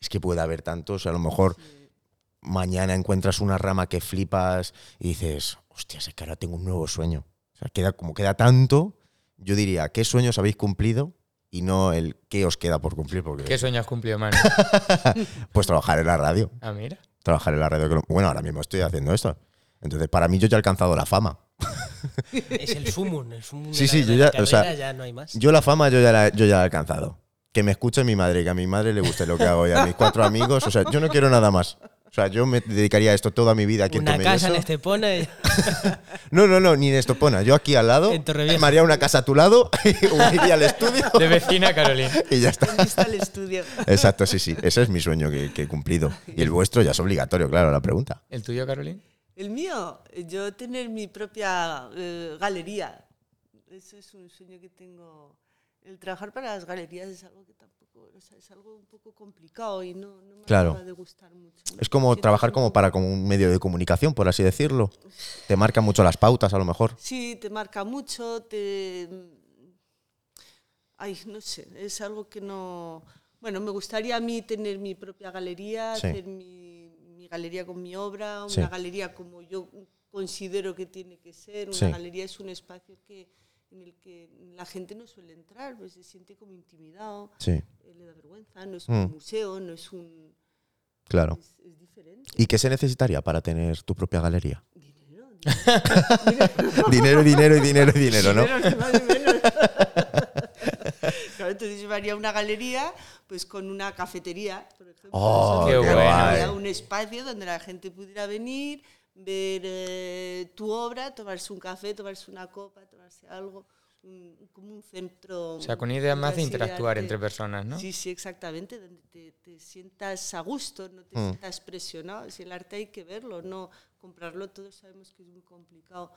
es que puede haber tantos. A lo mejor eh, mañana encuentras una rama que flipas y dices, hostias, es que ahora tengo un nuevo sueño. O sea, queda, como queda tanto, yo diría, ¿qué sueños habéis cumplido? Y no el qué os queda por cumplir, porque ¿Qué sueños has cumplido, mano? pues trabajar en la radio. Ah, mira. Trabajar en la radio. que lo- Bueno, ahora mismo estoy haciendo esto. Entonces, para mí yo ya he alcanzado la fama. Es el sumum, el sumum Sí, de sí, la, de yo la ya- o sea, carrera, ya no hay más. Yo la fama yo ya la, yo ya la he alcanzado. Que me escuche mi madre, que a mi madre le guste lo que hago y a mis cuatro amigos. O sea, yo no quiero nada más. O sea, yo me dedicaría a esto toda mi vida. Aquí en Una Torrevieja. casa en Estepona. y- No, no, no, ni en Estopona. Yo aquí al lado, En Torrevieja. me haría una casa a tu lado, me iría al estudio De vecina, Carolina. y ya está. ¿Dónde está el estudio? Exacto, sí, sí. Ese es mi sueño que, que he cumplido. Y el vuestro ya es obligatorio, claro, la pregunta. ¿El tuyo, Carolina? El mío, eh, yo tener mi propia eh, galería. Eso es un sueño que tengo. El trabajar para las galerías es algo que tampoco, o sea, es algo un poco complicado y no, no me Claro. acaba de gustar mucho. Es como Siento trabajar un como poco- para como un medio de comunicación, por así decirlo. Te marca mucho las pautas, a lo mejor. Sí, te marca mucho, te... Ay, no sé, es algo que no... Bueno, me gustaría a mí tener mi propia galería, Sí. hacer mi, mi galería con mi obra, una Sí. galería como yo considero que tiene que ser. Una Sí. galería es un espacio que, en el que la gente no suele entrar, pues se siente como intimidado, Sí, eh, le da vergüenza, no es Mm. un museo, no es un... claro. Es, es diferente. ¿Y qué se necesitaría para tener tu propia galería? Dinero, dinero. Dinero, dinero y dinero y dinero, ¿no? Menos, más y menos. claro, entonces llevaría una galería pues con una cafetería, por ejemplo. Oh, Eso qué me guay. daría un espacio donde la gente pudiera venir, ver eh, tu obra, tomarse un café, tomarse una copa, tomarse algo, un- como un centro. O sea, con ideas más de así interactuar arte. entre personas, ¿no? Sí, sí, exactamente, donde te, te sientas a gusto, no te Mm. sientas presionado. Si el arte hay que verlo, no comprarlo, todos sabemos que es muy complicado.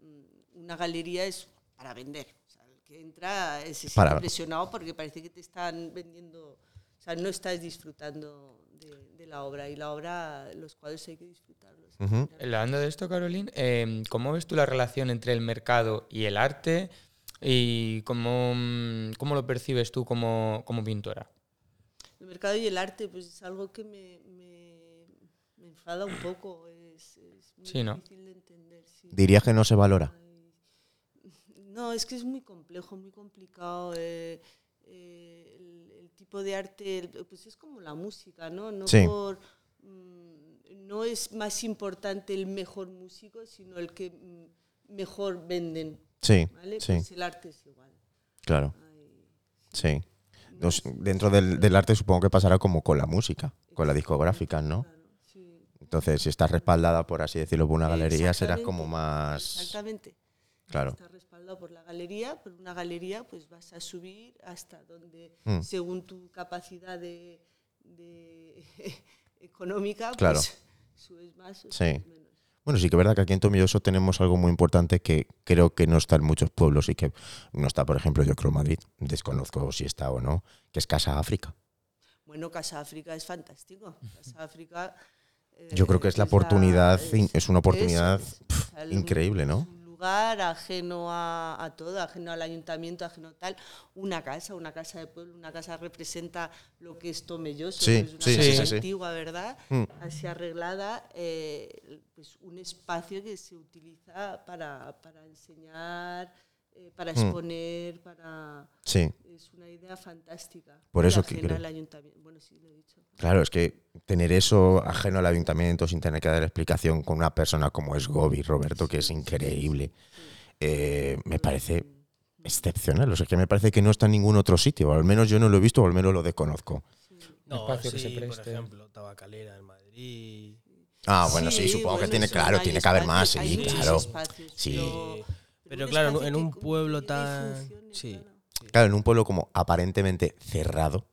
Mm, Una galería es para vender. O sea, el que entra eh, se siente Para- presionado porque parece que te están vendiendo, o sea, no estás disfrutando de, de la obra. Y la obra, los cuadros hay que disfrutarlos. hay que Ujú. mirar. Hablando de esto, Caroline, eh, ¿cómo ves tú la relación entre el mercado y el arte? ¿Y cómo, mm, cómo lo percibes tú como, como pintora? El mercado y el arte, pues es algo que me, me- me enfada un poco. Es, es muy Sí, ¿no? difícil de entender. sí. Diría que no se valora. No, es que es muy complejo, muy complicado. eh, eh, el, el tipo de arte, el- pues es como la música, ¿no? No, Sí. por, mm, no es más importante el mejor músico, sino el que mm, mejor venden, Sí, ¿vale? sí, Pues el arte es igual. claro. Ay, Sí. no Nos- sé, dentro del, del arte supongo que pasará como con la música, con la discográfica, ¿no? claro, sí. Entonces, si estás respaldada, por así decirlo, por una galería, serás como Exactamente, más... Exactamente. Claro, Está respaldado por la galería, por una galería pues vas a subir hasta donde, Mm. según tu capacidad de, de económica, pues Claro. subes más Sí. o subes menos. Bueno, sí que es verdad que aquí en Tomilloso tenemos algo muy importante que creo que no está en muchos pueblos y que no está, por ejemplo, yo creo en Madrid, desconozco si está o no, que es Casa África. Bueno, Casa África es fantástico. Casa África... eh, Yo creo que es la oportunidad, in- es una oportunidad eso, es. pf, O sea, el- increíble, es ¿no? un lugar ajeno a, a todo, ajeno al ayuntamiento, ajeno a tal. Una casa, una casa de pueblo, una casa representa lo que es Tomelloso, Sí, que es una sí, sí, casa sí, sí. antigua, ¿verdad? Mm. Así arreglada, eh, pues un espacio que se utiliza para, para enseñar, eh, para Mm. exponer, para... Sí, Es una idea fantástica. Por Y eso que ajena creo- al ayuntamiento. Bueno, sí, lo he dicho. claro, es que tener eso ajeno al ayuntamiento sin tener que dar explicación con una persona como es Gobi, Roberto, que es increíble, eh, me parece excepcional. O sea, que me parece que no está en ningún otro sitio, o al menos yo no lo he visto, o al menos lo desconozco. No, espacio que sí, se por preste. ejemplo, Tabacalera en Madrid. Ah, bueno, sí, Sí, supongo que bueno, tiene, sí, claro, hay tiene que haber más, espacios, sí, hay muchos claro. espacios, Sí. pero- Pero un claro, en espacio en que un con- pueblo que tan- funcione, sí. claro. Claro, en un pueblo como aparentemente cerrado,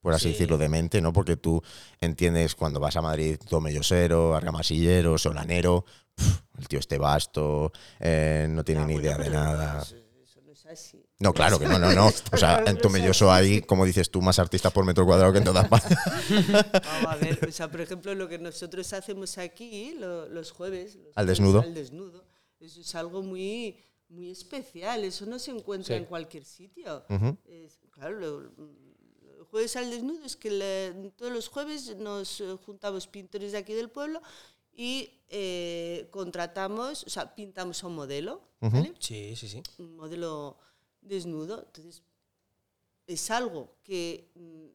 por así Sí. decirlo, de mente, ¿no? Porque tú entiendes cuando vas a Madrid, Tomellosero, Argamasillero, Solanero, pf, el tío este vasto, eh, no tiene Ah, ni bueno, idea de pero nada. Eso, eso no es así. No, claro que no, no, no. O sea, en Tomelloso hay, como dices tú, más artistas por metro cuadrado que en todas partes. Vamos a ver, o sea, por ejemplo, lo que nosotros hacemos aquí lo- los jueves. los Al jueves desnudo. Al desnudo. Eso es algo muy, muy especial. Eso no se encuentra Sí. en cualquier sitio. Ujú. Es- claro, lo- lo- jueves al desnudo es que la- todos los jueves nos eh, juntamos pintores de aquí del pueblo y eh, contratamos, o sea, pintamos a un modelo, ¿vale? Sí, sí, sí. un modelo desnudo. Entonces, es algo que mm,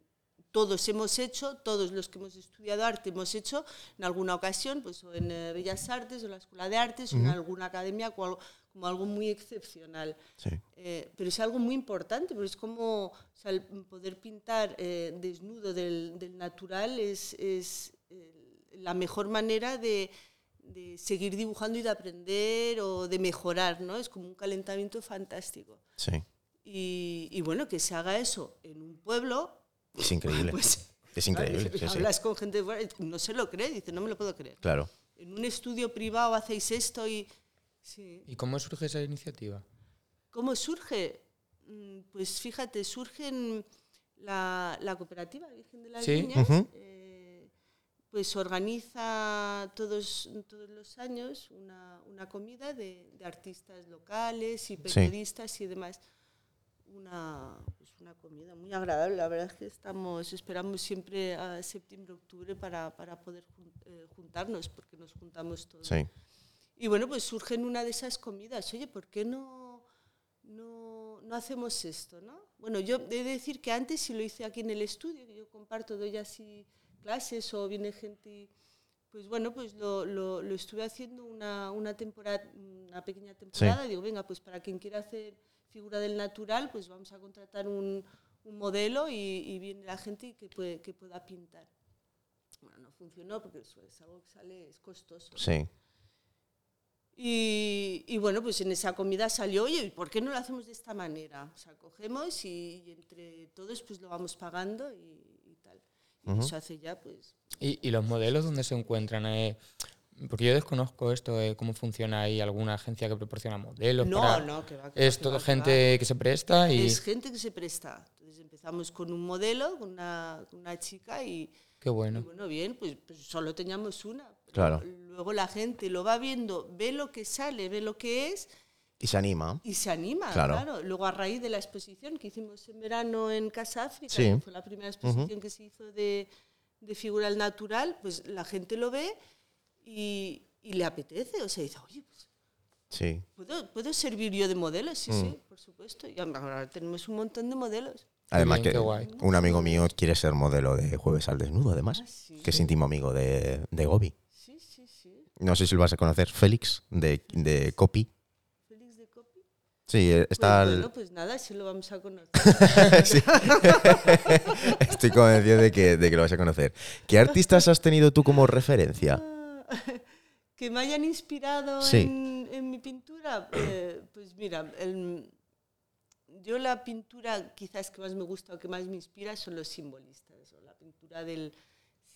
todos hemos hecho, todos los que hemos estudiado arte hemos hecho en alguna ocasión, pues o en eh, Bellas Artes, o en la Escuela de Artes, o en alguna academia, cual- como algo muy excepcional. Sí. Eh, pero es algo muy importante, porque es como o sea, el poder pintar eh, desnudo del, del natural es, es, eh, la mejor manera de, de seguir dibujando y de aprender o de mejorar, ¿no? Es como un calentamiento fantástico. Sí. Y, y bueno, que se haga eso en un pueblo, Es increíble. pues... Es increíble. sí, sí. Hablas con gente de fuera y no se lo cree, dice, no me lo puedo creer. Claro. en un estudio privado hacéis esto y... Sí. ¿Y cómo surge esa iniciativa? ¿Cómo surge? Mm, Pues fíjate, surge en la, la cooperativa Virgen de las Sí. Viñas, Ujú. eh, pues organiza todos, todos los años una, una comida de, de artistas locales y periodistas y demás. Una, pues una comida muy agradable, la verdad es que estamos, esperamos siempre a septiembre, octubre para, para poder jun- eh, juntarnos, porque nos juntamos todos. Sí. Y bueno, pues surge en una de esas comidas, oye, ¿por qué no, no, no hacemos esto? ¿no? Bueno, yo he de decir que antes sí lo hice aquí en el estudio, que yo comparto, doy así clases o viene gente, y- pues bueno, pues lo, lo, lo estuve haciendo una, una temporada, una pequeña temporada, digo, venga, pues para quien quiera hacer figura del natural, pues vamos a contratar un, un modelo y, y viene la gente y que, puede- que pueda pintar. Bueno, no funcionó porque eso es algo que sale, es costoso. Sí. Y, y bueno, pues en esa comida salió, oye, ¿y por qué no lo hacemos de esta manera? O sea, cogemos y, y entre todos pues lo vamos pagando y, y tal. Y Ujú. eso hace ya pues... ¿Y, y los modelos dónde se encuentran? Eh, porque yo desconozco esto, eh, cómo funciona. ¿Hay alguna agencia que proporciona modelos? no, para- no, que va, que va, Es que toda va, que va. gente que se presta y... Es gente que se presta. Entonces empezamos con un modelo, con una, con una chica y, Qué y bueno. bueno, bien, pues, pues solo teníamos una. Pero Claro. Luego la gente lo va viendo, ve lo que sale, ve lo que es Y se anima. Y se anima, Claro. claro. Luego, a raíz de la exposición que hicimos en verano en Casa África, Sí. que fue la primera exposición que se hizo de, de figura al natural, pues la gente lo ve y, y le apetece. O sea, dice, oye, pues, Sí. ¿puedo, ¿puedo servir yo de modelos? Sí, Mm. sí, por supuesto. Y ahora tenemos un montón de modelos. Además bien, que qué guay. un amigo mío quiere ser modelo de Jueves al Desnudo, además, Ah, sí. que es íntimo amigo de, de Gobi. Sí, sí, sí. No sé si lo vas a conocer, Félix, de, de Copy. Félix de Copy. Sí, eh, Pues, está... bueno, pues nada, sí lo vamos a conocer. Sí. Estoy convencido de que, de que lo vas a conocer. ¿Qué artistas has tenido tú como referencia? que me hayan inspirado Sí. en, en mi pintura, eh, pues mira, el- yo la pintura quizás que más me gusta o que más me inspira son los simbolistas, o la pintura del,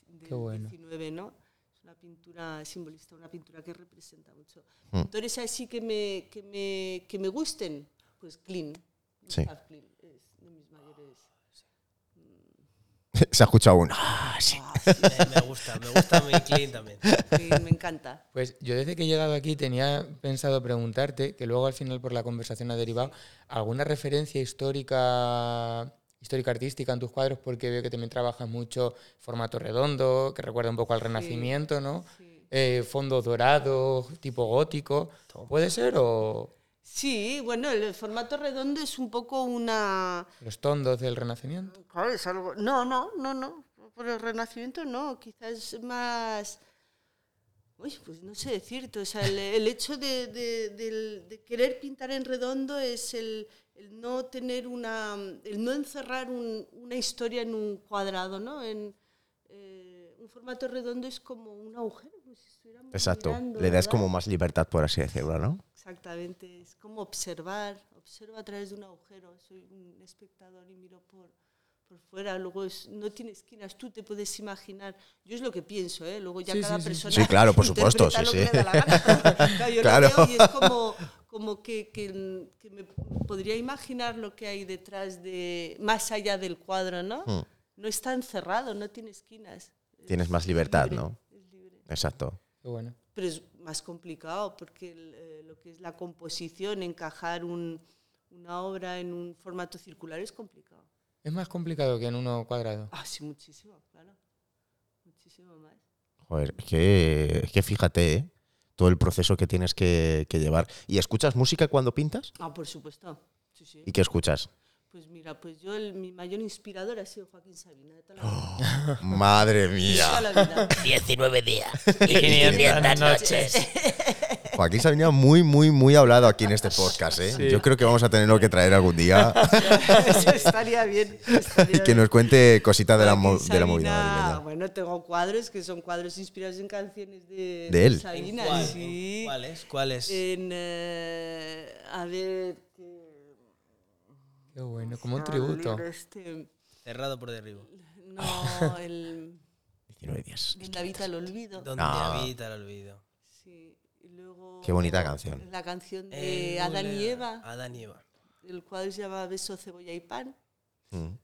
del Qué bueno. 19, ¿no? Es una pintura simbolista, una pintura que representa mucho. Mm. Pintores así que me, que me, que me gusten, pues Klein, Sí. Gustav Klein, es de mis mayores... Se ha escuchado un... "Ah, sí". Ah, sí, Me, me gusta, me gusta mi clean también. Klein, me encanta. Pues yo desde que he llegado aquí tenía pensado preguntarte, que luego al final por la conversación ha derivado, ¿alguna referencia histórica, histórica artística en tus cuadros? Porque veo que también trabajas mucho formato redondo, que recuerda un poco al Renacimiento, ¿no? Sí. Eh, fondos dorados, tipo gótico. ¿Puede ser? ¿O Sí, bueno, el formato redondo es un poco una... los tondos del Renacimiento? Claro, es algo... No, no, no, no. Por el renacimiento no, quizás más... Uy, pues no sé decirte. O sea, el, el hecho de, de- del- de querer pintar en redondo es el, el no tener una... El no encerrar un- una historia en un cuadrado, ¿no? En, eh, un formato redondo es como un agujero. como si estuviéramos Exacto. mirando, Le das ¿verdad? como más libertad, por así decirlo, ¿no? Exactamente, es como observar, observo a través de un agujero, soy un espectador y miro por, por fuera, luego es- no tiene esquinas, tú te puedes imaginar, yo es lo que pienso, ¿eh? luego ya Sí, cada sí, sí, sí. persona... Sí, claro, por interpreta supuesto, sí, lo sí. que le da la gana. claro, yo lo Claro. veo y es como, como que, que- que me podría imaginar lo que hay detrás de, más allá del cuadro, ¿no? Mm. No está encerrado, no tiene esquinas. Tienes Es más libertad, libre, ¿no? es libre Exacto. Qué bueno. pero es más complicado porque el, eh, lo que es la composición, encajar un- una obra en un formato circular es complicado. Es más complicado que en uno cuadrado. Ah, sí, muchísimo, claro. Muchísimo más. Joder, es que, es que fíjate, ¿eh? Todo el proceso que tienes que, que llevar. ¿Y escuchas música cuando pintas? Ah, por supuesto. Sí, sí. ¿Y qué escuchas? Pues mira, pues yo el- mi mayor inspirador ha sido Joaquín Sabina de toda la Oh, vida. Madre De mía. toda la vida. 19 días y 500 500 noches. noches. Joaquín Sabina muy, muy, muy hablado aquí en este podcast, ¿eh? Sí. Yo creo que vamos a tenerlo que traer algún día Eso estaría bien. estaría y que bien. nos cuente cositas de la, mo- Joaquín de la Sabina, movida madrileña. Bueno, tengo cuadros que son cuadros inspirados en canciones de, De él. Sabina, ¿Cuál, sí. ¿Cuál es? ¿Cuál es? En, eh, a ver, que- Ah, Qué bueno, como un no, el libro tributo. este, Cerrado por derribo. no, el, 19 días. Donde habita el olvido. Donde No. habita el olvido. Sí. Y luego, Qué bonita canción. La canción de Eh, Adán y ole- Eva, Adán y Eva. el cual se llama Beso, Cebolla y Pan, Mm.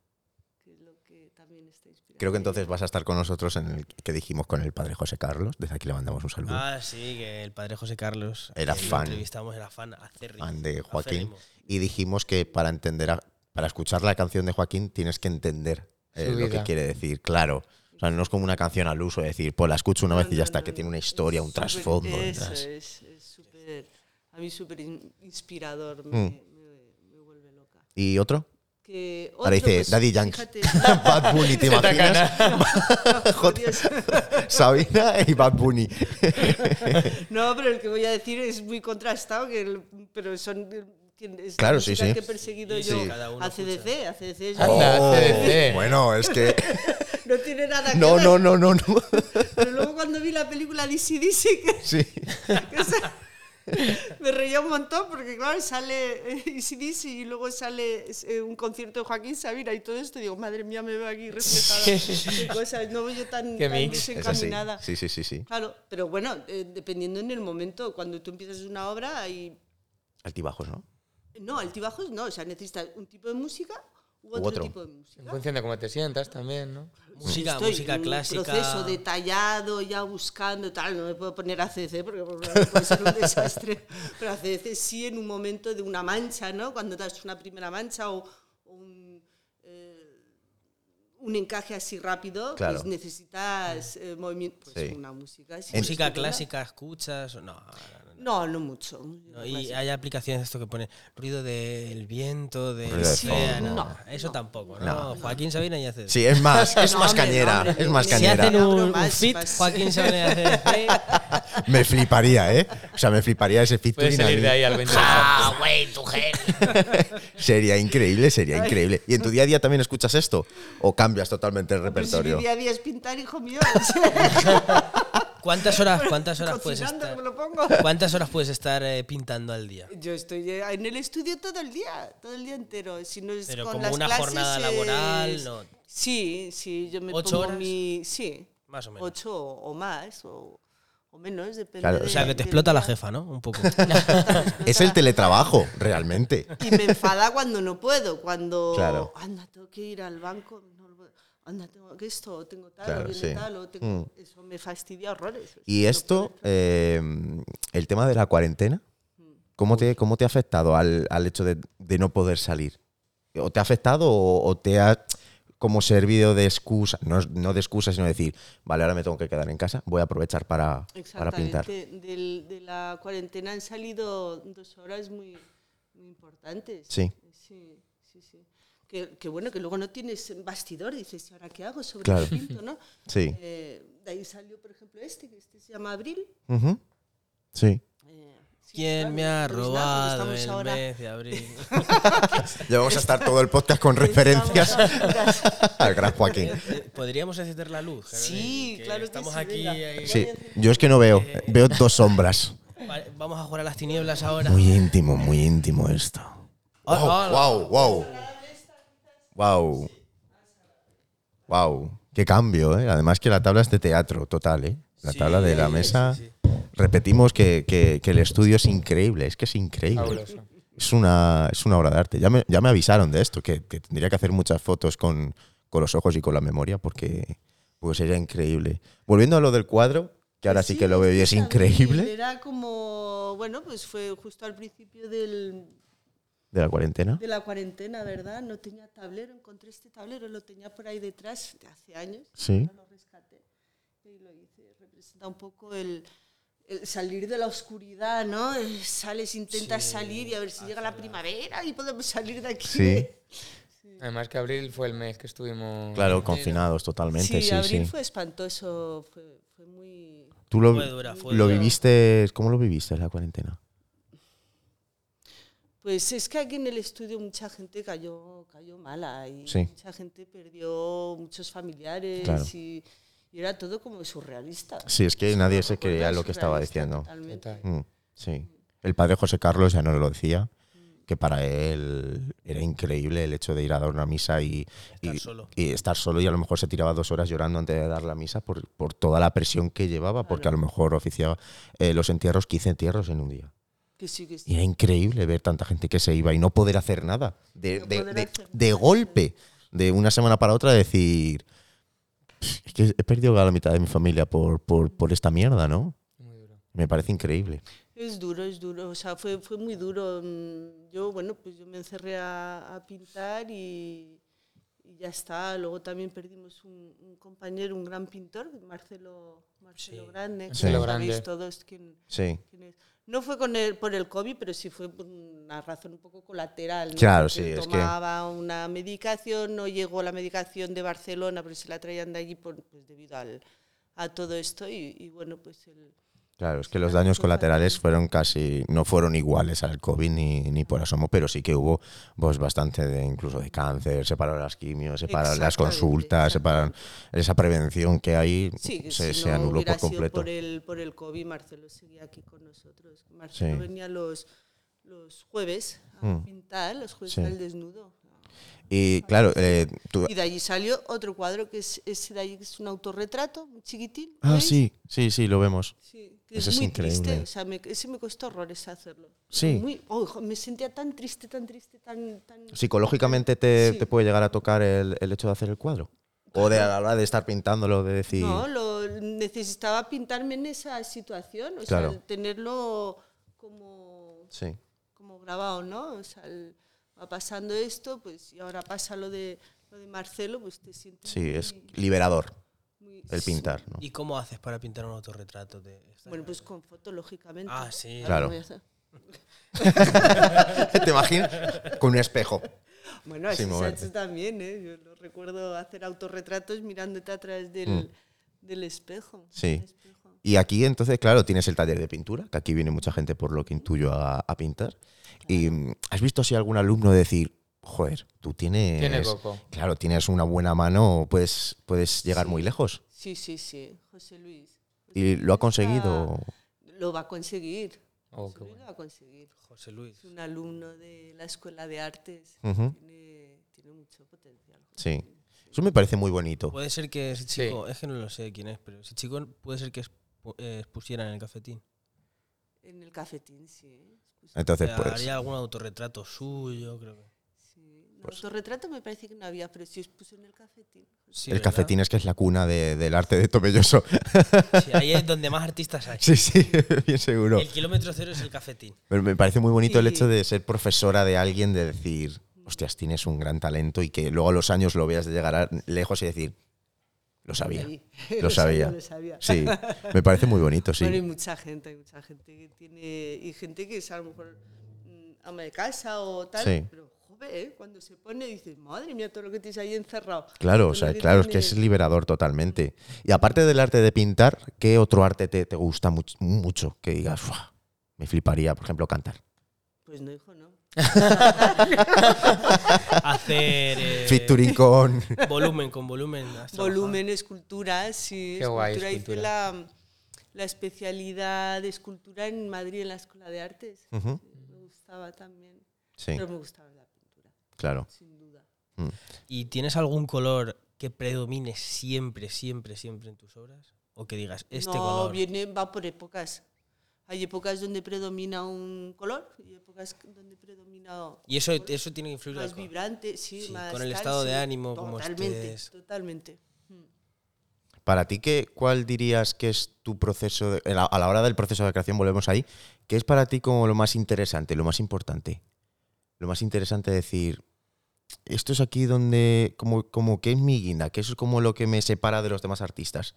que es lo que también está inspirado. Creo que entonces vas a estar con nosotros en el que dijimos con el padre José Carlos. Desde aquí le mandamos un saludo. Ah, sí, que el padre José Carlos. Era que lo fan. entrevistamos, era fan acérrimo. fan de Joaquín. acérrimo. Y dijimos que para entender, a- para escuchar la canción de Joaquín tienes que entender eh, Su lo que vida. quiere decir, claro. O sea, no es como una canción al uso, de decir, pues la escucho una vez No, y no, ya está, no, que no. tiene una Es historia, un súper- trasfondo eso detrás. Es, es súper, a mí súper in- inspirador, Mm. me, me- me vuelve loca. ¿Y otro? Que Ahora otro, dice pues, Daddy Yankee. fíjate, Bad Bunny, ¿te imaginas? por Dios. Sabina y Bad Bunny. No, pero el que voy a decir es muy contrastado, que el- pero son... que es Claro, la sí, música sí. que he perseguido Sí, yo sí. Cada uno a CDC, a CDC yo- Anda, Oh, CDC. bueno, es que. no tiene nada que No, ver. no, no, no, no. Pero luego cuando vi la película DC DC, que Sí. O sea, me reía un montón porque, claro, sale eh, ACDC y luego sale eh, un concierto de Joaquín Sabina y todo esto. Digo, madre mía, me veo aquí reflejada. Qué cosa, no veo yo tan, Qué tan mix. Es así. desencaminada. Sí, sí, sí, sí. Claro, pero bueno, eh, dependiendo en el momento, cuando tú empiezas una obra, hay. Altibajos, ¿no? No, altibajos no, o sea, necesitas un tipo de música u otro, otro. tipo de música. En función de cómo te sientas también, ¿no? Música, Estoy música en un clásica. proceso detallado, ya buscando tal. No me puedo poner a CC porque puede ser un desastre. Pero a CC sí en un momento de una mancha, ¿no? Cuando te das una primera mancha o, o un, eh, un encaje así rápido, Claro. pues necesitas eh, movimiento. Pues Sí. una música así. Música estupenda. clásica, escuchas. No, no, no, no. No, no mucho. No, y hay aplicaciones de esto que pone ruido del viento, del Ruido de océano. fondo. No, Eso no. tampoco, ¿no? No. Joaquín Sabina y hace. Sí, es más, es No, más hombre, no, cañera. hombre. es más Si si cañera. hacen Abro un, un más, fit, más. Joaquín Sabina y hace. Me fliparía, ¿eh? O sea, me fliparía ese Puede featuring. salir a de mí. ahí algo interesante. Ah, güey, tu genio. Sería increíble, sería increíble. ¿Y en tu día a día también escuchas esto? ¿O cambias totalmente el Pero si mi repertorio? día a día es pintar, hijo mío. o sea, ¿Cuántas horas, cuántas horas puedes cocinando, estar? me lo pongo. ¿Cuántas horas puedes estar eh, pintando al día? Yo estoy eh, en el estudio todo el día, todo el día entero. Si no es Pero con como las una clases, jornada laboral, no. Sí, sí, yo me ¿Ocho pongo horas? mi. Sí, Más o menos. ocho o más, o, o menos, depende. Claro, de- O sea, que te del explota la día. jefa, ¿no? Un poco. Es el teletrabajo, realmente. Y me enfada cuando no puedo, cuando. Claro. Anda, tengo que ir al banco. no lo puedo- Anda, tengo que esto, o tengo tal, Claro, o viene sí. Mm. tal, o tengo. Eso me fastidia horrores. o sea, Y no esto, puedo. eh, el tema de la cuarentena, ¿cómo te, cómo te ha afectado al, al hecho de, de no poder salir? ¿O te ha afectado o, o te ha como servido de excusa? No, es- no de excusa, sino decir, vale, ahora me tengo que quedar en casa, voy a aprovechar para, para pintar. Exactamente. Del- de la cuarentena han salido dos horas muy, muy importantes. Sí. Sí, sí, sí. Que, que bueno, que luego no tienes bastidor, dices, ¿y ahora qué hago? Sobre Claro. el pinto, ¿no? Sí. Eh, de ahí salió, por ejemplo, este, que este se llama Abril. Ujú. Sí. Eh, sí, claro, ¿Quién me ha no sabes nada, porque robado estamos el ahora- mes de abril? Ya vamos a estar todo el podcast con estamos referencias ahora- al gran Joaquín. ¿Podríamos encender la luz? Carolina? Sí, claro que Estamos sí, aquí. venga. ahí. Sí, yo es que no veo, veo dos sombras. Va- Vamos a jugar a las tinieblas ahora. Muy íntimo, muy íntimo esto. Ah, ah, ah. Wow, wow, wow. Wow. Wow. Qué cambio, ¿eh? Además que la tabla es de teatro, total, ¿eh? La Sí, tabla de la sí, mesa. sí, Repetimos que, que- que el estudio es increíble, es que es increíble. Fabuloso. Es una, es una obra de arte. Ya me, ya me avisaron de esto, que, que tendría que hacer muchas fotos con, con los ojos y con la memoria, porque pues sería increíble. Volviendo a lo del cuadro, que ahora Pues sí, que lo veo y es este increíble, Era como, bueno, pues fue justo al principio del, de la cuarentena. de la cuarentena, ¿verdad? No tenía tablero, encontré este tablero, lo tenía por ahí detrás de hace años, Sí. lo rescaté y lo hice. Representa un poco el, el salir de la oscuridad, ¿no? Eh, Sales, intentas salir y a ver si llega la primavera y podemos salir de aquí. Sí. Además que abril fue el mes que estuvimos... Claro, confinados totalmente, Sí, sí, abril sí. fue espantoso, fue, fue muy... ¿Tú lo, Fue dura, fue lo dura. viviste, cómo lo viviste la cuarentena? Pues es que aquí en el estudio mucha gente cayó, cayó mala y Sí. mucha gente perdió muchos familiares Claro. y, y era todo como surrealista. Sí, es que nadie se Una creía cosa lo que estaba Mm, surrealista diciendo. totalmente. Total. Mm, sí. El padre José Carlos ya no lo decía, que para él era increíble el hecho de ir a dar una misa y Estar y- solo. y estar solo y a lo mejor se tiraba dos horas llorando antes de dar la misa por, por toda la presión que llevaba, porque a lo mejor oficiaba eh, los entierros, 15 entierros en un día. Que sí, que Y sí. era increíble ver tanta gente que se iba y no poder hacer nada. De, No de- poder de- hacer de nada. golpe, de una semana para otra, decir, "Pff, es que he perdido a la mitad de mi familia por, por, por esta mierda, ¿no? Muy duro. Me parece increíble. Es duro, es duro. O sea, fue, fue muy duro. Mm, Yo, bueno, pues yo me encerré a, a pintar y, y ya está. Luego también perdimos un, un compañero, un gran pintor, Marcelo, Marcelo Sí. Grande. que Marcelo sabéis Grande. todos quién, Sí. quién es. No fue con el, por el COVID, pero sí fue por una razón un poco colateral. ¿no? Claro, Porque sí, es que- Tomaba una medicación, no llegó la medicación de Barcelona, pero se la traían de allí por, pues, debido al, a todo esto. Y, y bueno, pues el... Claro, es que los daños colaterales fueron casi, no fueron iguales al COVID ni, ni por asomo, pero sí que hubo pues bastante de incluso de cáncer, se pararon las quimios, se pararon las Exactamente, consultas, se pararon esa prevención que hay, Sí, que se, si se no anuló hubiera por sido completo. por el, por el COVID, Marcelo seguía aquí con nosotros. Marcelo Sí. venía los, los jueves a Mm. pintar, los jueves Sí. al desnudo. Y claro, eh, tú- Y de allí salió otro cuadro que es ese de allí, que es un autorretrato, muy chiquitín. ¿lo ah veis? sí, sí, sí, lo vemos. Sí, que es, Ese es muy increíble. triste. O sea, me, ese me costó horrores hacerlo. Sí. Muy- oh, hijo, me sentía tan triste, tan triste, tan. tan Psicológicamente te, Sí. te puede llegar a tocar el, el hecho de hacer el cuadro. O de a la hora de estar pintándolo, de decir. No, lo, necesitaba pintarme en esa situación, o Claro. sea, el tenerlo como, Sí. como grabado, ¿no? O sea, el- va pasando esto, pues y ahora pasa lo de, lo de Marcelo, pues te sientes. Sí, muy- es liberador muy- el pintar, ¿no? ¿Y cómo haces para pintar un autorretrato? De esta Bueno, pues cara? con foto, lógicamente. Ah, sí. Claro. voy a hacer. ¿Te imaginas? Con un espejo. Sin Bueno, eso se ha moverte. hecho también, ¿eh? Yo lo recuerdo hacer autorretratos mirándote a través del, del espejo. Mm. Sí. del espejo. Y aquí, entonces, claro, tienes el taller de pintura, que aquí viene mucha gente, por lo que intuyo, a, a pintar. Y mm, has visto si algún alumno decir, joder, tú tienes. Tiene coco. Claro, tienes una buena mano, puedes, puedes llegar Sí. muy lejos. Sí, sí, sí, José Luis. ¿Y lo ha conseguido? Lo va a conseguir. Oh, José qué Luis bueno. lo va a conseguir. José Luis. Es un alumno de la Escuela de Artes. Ujú. tiene, tiene mucho potencial. Sí. Eso me parece muy bonito. Puede ser que ese chico, es que no lo sé quién es, pero ese chico puede ser que expu- eh, expusiera en el cafetín. En el cafetín, sí. Pues, Entonces, Eh, pues. Haría algún autorretrato suyo, creo que. sí. pues No, autorretrato me parece que no había, pero sí puso en el cafetín. Sí, El ¿verdad? cafetín es que es la cuna de- del arte de Tomelloso. Sí, ahí es donde más artistas hay. sí, sí, bien seguro. El kilómetro cero es el cafetín. Pero me parece muy bonito el Sí. hecho de ser profesora de alguien, de decir, hostias, tienes un gran talento y que luego a los años lo veas de llegar a- lejos y decir, lo sabía. Ahí. Lo sabía. Lo sabía. Sí, me parece muy bonito, Bueno, hay sí. mucha gente, hay mucha gente que tiene. Y gente que es a lo mejor mm, ama de casa o tal. Sí. Pero, joder, ¿eh? cuando se pone, dices, madre mía, todo lo que tienes ahí encerrado. Claro, Todo o sea, lo que claro, es que tiene- es liberador totalmente. Y aparte del arte de pintar, ¿qué otro arte te, te gusta much- mucho? Que digas, "Fua, me fliparía, por ejemplo, cantar. Pues no, hijo, no. Hacer eh, Featuring con... volumen con volumen. has trabajado. Volumen, escultura, sí. Qué guay, escultura. Hice escultura. la, la especialidad de escultura en Madrid, en la Escuela de Artes. Ujú, Sí, Me gustaba también. Mm. Sí, Pero me gustaba la pintura, claro. sin duda. ¿Y tienes algún color que predomine siempre, siempre, siempre en tus obras? O que digas, este no, color. viene, va por épocas. Hay épocas donde predomina un color y épocas donde predomina Y eso, eso tiene que influir más la co- vibrante, sí, Sí, más con el tal, estado de sí. ánimo, como Totalmente, estés. totalmente. Mm. Para ti, qué, ¿cuál dirías que es tu proceso, de- a la- a la hora del proceso de creación, volvemos ahí, qué es para ti como lo más interesante, lo más importante? Lo más interesante decir, esto es aquí donde, como, como que es mi guinda, que eso es como lo que me separa de los demás artistas.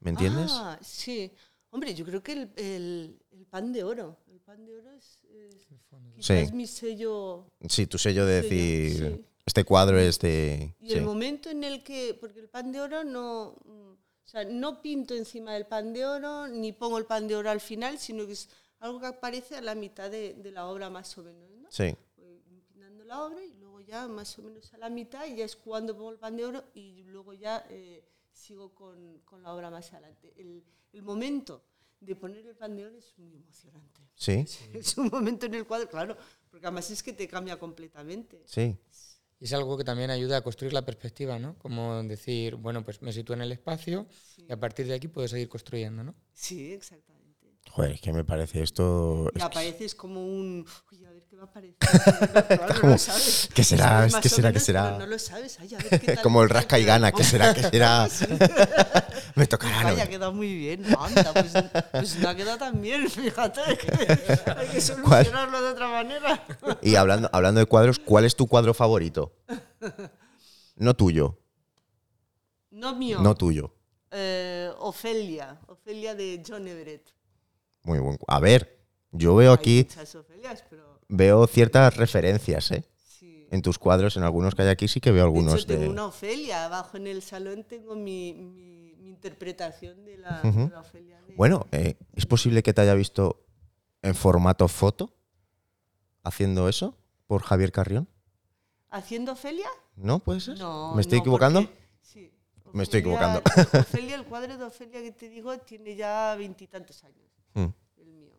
¿Me entiendes? Ah, sí. Hombre, yo creo que el, el- el pan de oro. El pan de oro es, es quizás mi sello. sí, tu sello de mi sello, decir, sí. este cuadro es de... Y sí. el momento en el que, porque el pan de oro no, mm, o sea, no pinto encima del pan de oro, ni pongo el pan de oro al final, sino que es algo que aparece a la mitad de, de la obra más o menos, ¿no? Sí, Voy Empinando la obra y luego ya más o menos a la mitad, y ya es cuando pongo el pan de oro y luego ya eh, sigo con, con la obra más adelante. El, el momento de poner el pandeón es muy emocionante. Sí, Es un momento en el cuadro, claro, porque además es que te cambia completamente. sí. Y es algo que también ayuda a construir la perspectiva, ¿no? Como decir, bueno, pues me sitúo en el espacio y a partir de aquí puedo seguir construyendo, ¿no? Sí, exactamente. Joder, es que me parece esto. Y es que- apareces como un. Uy, a ver qué va a aparecer. Claro, no como, lo sabes. ¿qué será? Sabes ¿Qué más o será? ¿Qué menos, será? pero No lo sabes. Ay, a ver qué tal, como el qué tal, rasca y qué gana, tal. ¿qué será? ¿Qué será? Me tocará, ¿no? Vaya, ha quedado muy bien. Anda, pues, pues no ha quedado tan bien, fíjate. que hay que solucionarlo de otra manera. Y hablando, hablando de cuadros, ¿cuál es tu cuadro favorito? No tuyo, No mío. no tuyo. Eh, Ofelia. Ofelia de John Everett. Muy buen. cu- A ver, yo veo Hay aquí, muchas Ofelias, pero veo ciertas referencias, ¿eh? sí. En tus cuadros, en algunos que hay aquí, sí que veo de algunos hecho, tengo de. una Ofelia. Abajo en el salón tengo mi, mi- mi interpretación de la, Ujú. de la Ofelia. de- Bueno, eh, ¿es posible que te haya visto en formato foto haciendo eso por Javier Carrión? ¿Haciendo Ofelia? ¿No puede ser? No. ¿Me estoy no, equivocando? porque- sí. Me estoy Ofelia- equivocando. Ofelia, el cuadro de Ofelia que te digo, tiene ya veintitantos años. Mm, El mío.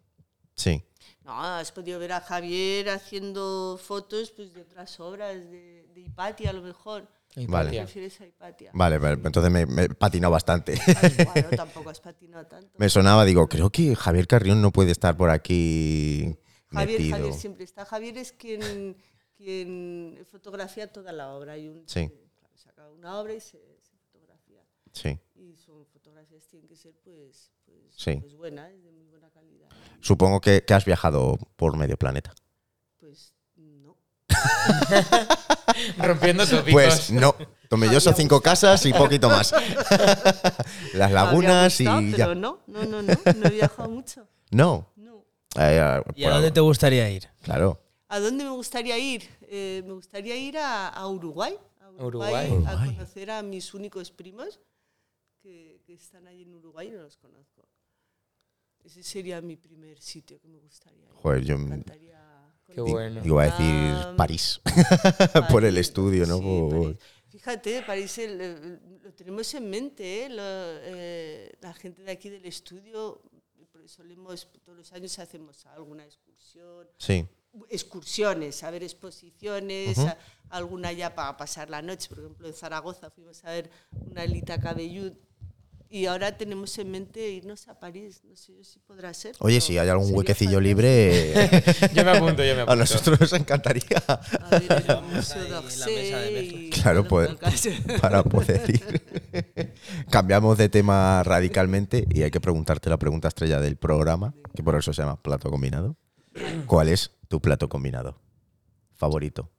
sí. No, has podido ver a Javier haciendo fotos pues, de otras obras, de, de Hipatia a lo mejor. Y Vale. ¿Te Patia, refieres a Hipatia? Vale, vale, entonces me, me he patinado bastante. Bueno, tampoco has patinado tanto. me sonaba, digo, creo que Javier Carrión no puede estar por aquí Javier, metido. Javier siempre está. Javier es quien, quien fotografía toda la obra. Hay un, Sí. claro, saca una obra y se, se fotografía. Sí. Y son fotografías tienen que ser pues, pues, Sí. pues buenas, de muy buena calidad. Supongo que, que has viajado por medio planeta. Pues no. Rompiendo tópicos. Pues no. Tomelloso, Habría cinco casas y poquito más. Las lagunas Me y habría gustado, ya. Pero no, no, no, no, no he viajado mucho. No. No. Eh, ah, ¿Y por a dónde ahora. te gustaría ir? Claro. ¿A dónde me gustaría ir? Eh, me gustaría ir a, a Uruguay, a Uruguay, Uruguay. a Uruguay. conocer a mis únicos primos que, que están ahí en Uruguay y no los conozco. Ese sería mi primer sitio que me gustaría ir. Joder, yo Me m- encantaría Qué conocer bueno. iba a Ah, decir París. París. Ah, por el estudio, ¿no? Sí, Por- París. Fíjate, París el- el- lo tenemos en mente, ¿eh? Lo, eh, la gente de aquí del estudio, porque solemos, todos los años hacemos alguna excursión Sí. excursiones, a ver exposiciones, Ujú. a- alguna ya para pasar la noche. Por ejemplo, en Zaragoza fuimos a ver una Elita Cabellud y ahora tenemos en mente irnos a París. No sé yo si podrá ser. Oye, pero si hay algún sería huequecillo fantástico. libre, eh, Yo me apunto, yo me apunto. a nosotros nos encantaría A ver, el Llevamos Museo ahí la d'Orsay mesa de mezcla. y- Claro, pues. para poder ir. Cambiamos de tema radicalmente y hay que preguntarte la pregunta estrella del programa, que por eso se llama plato combinado. ¿Cuál es tu plato combinado favorito?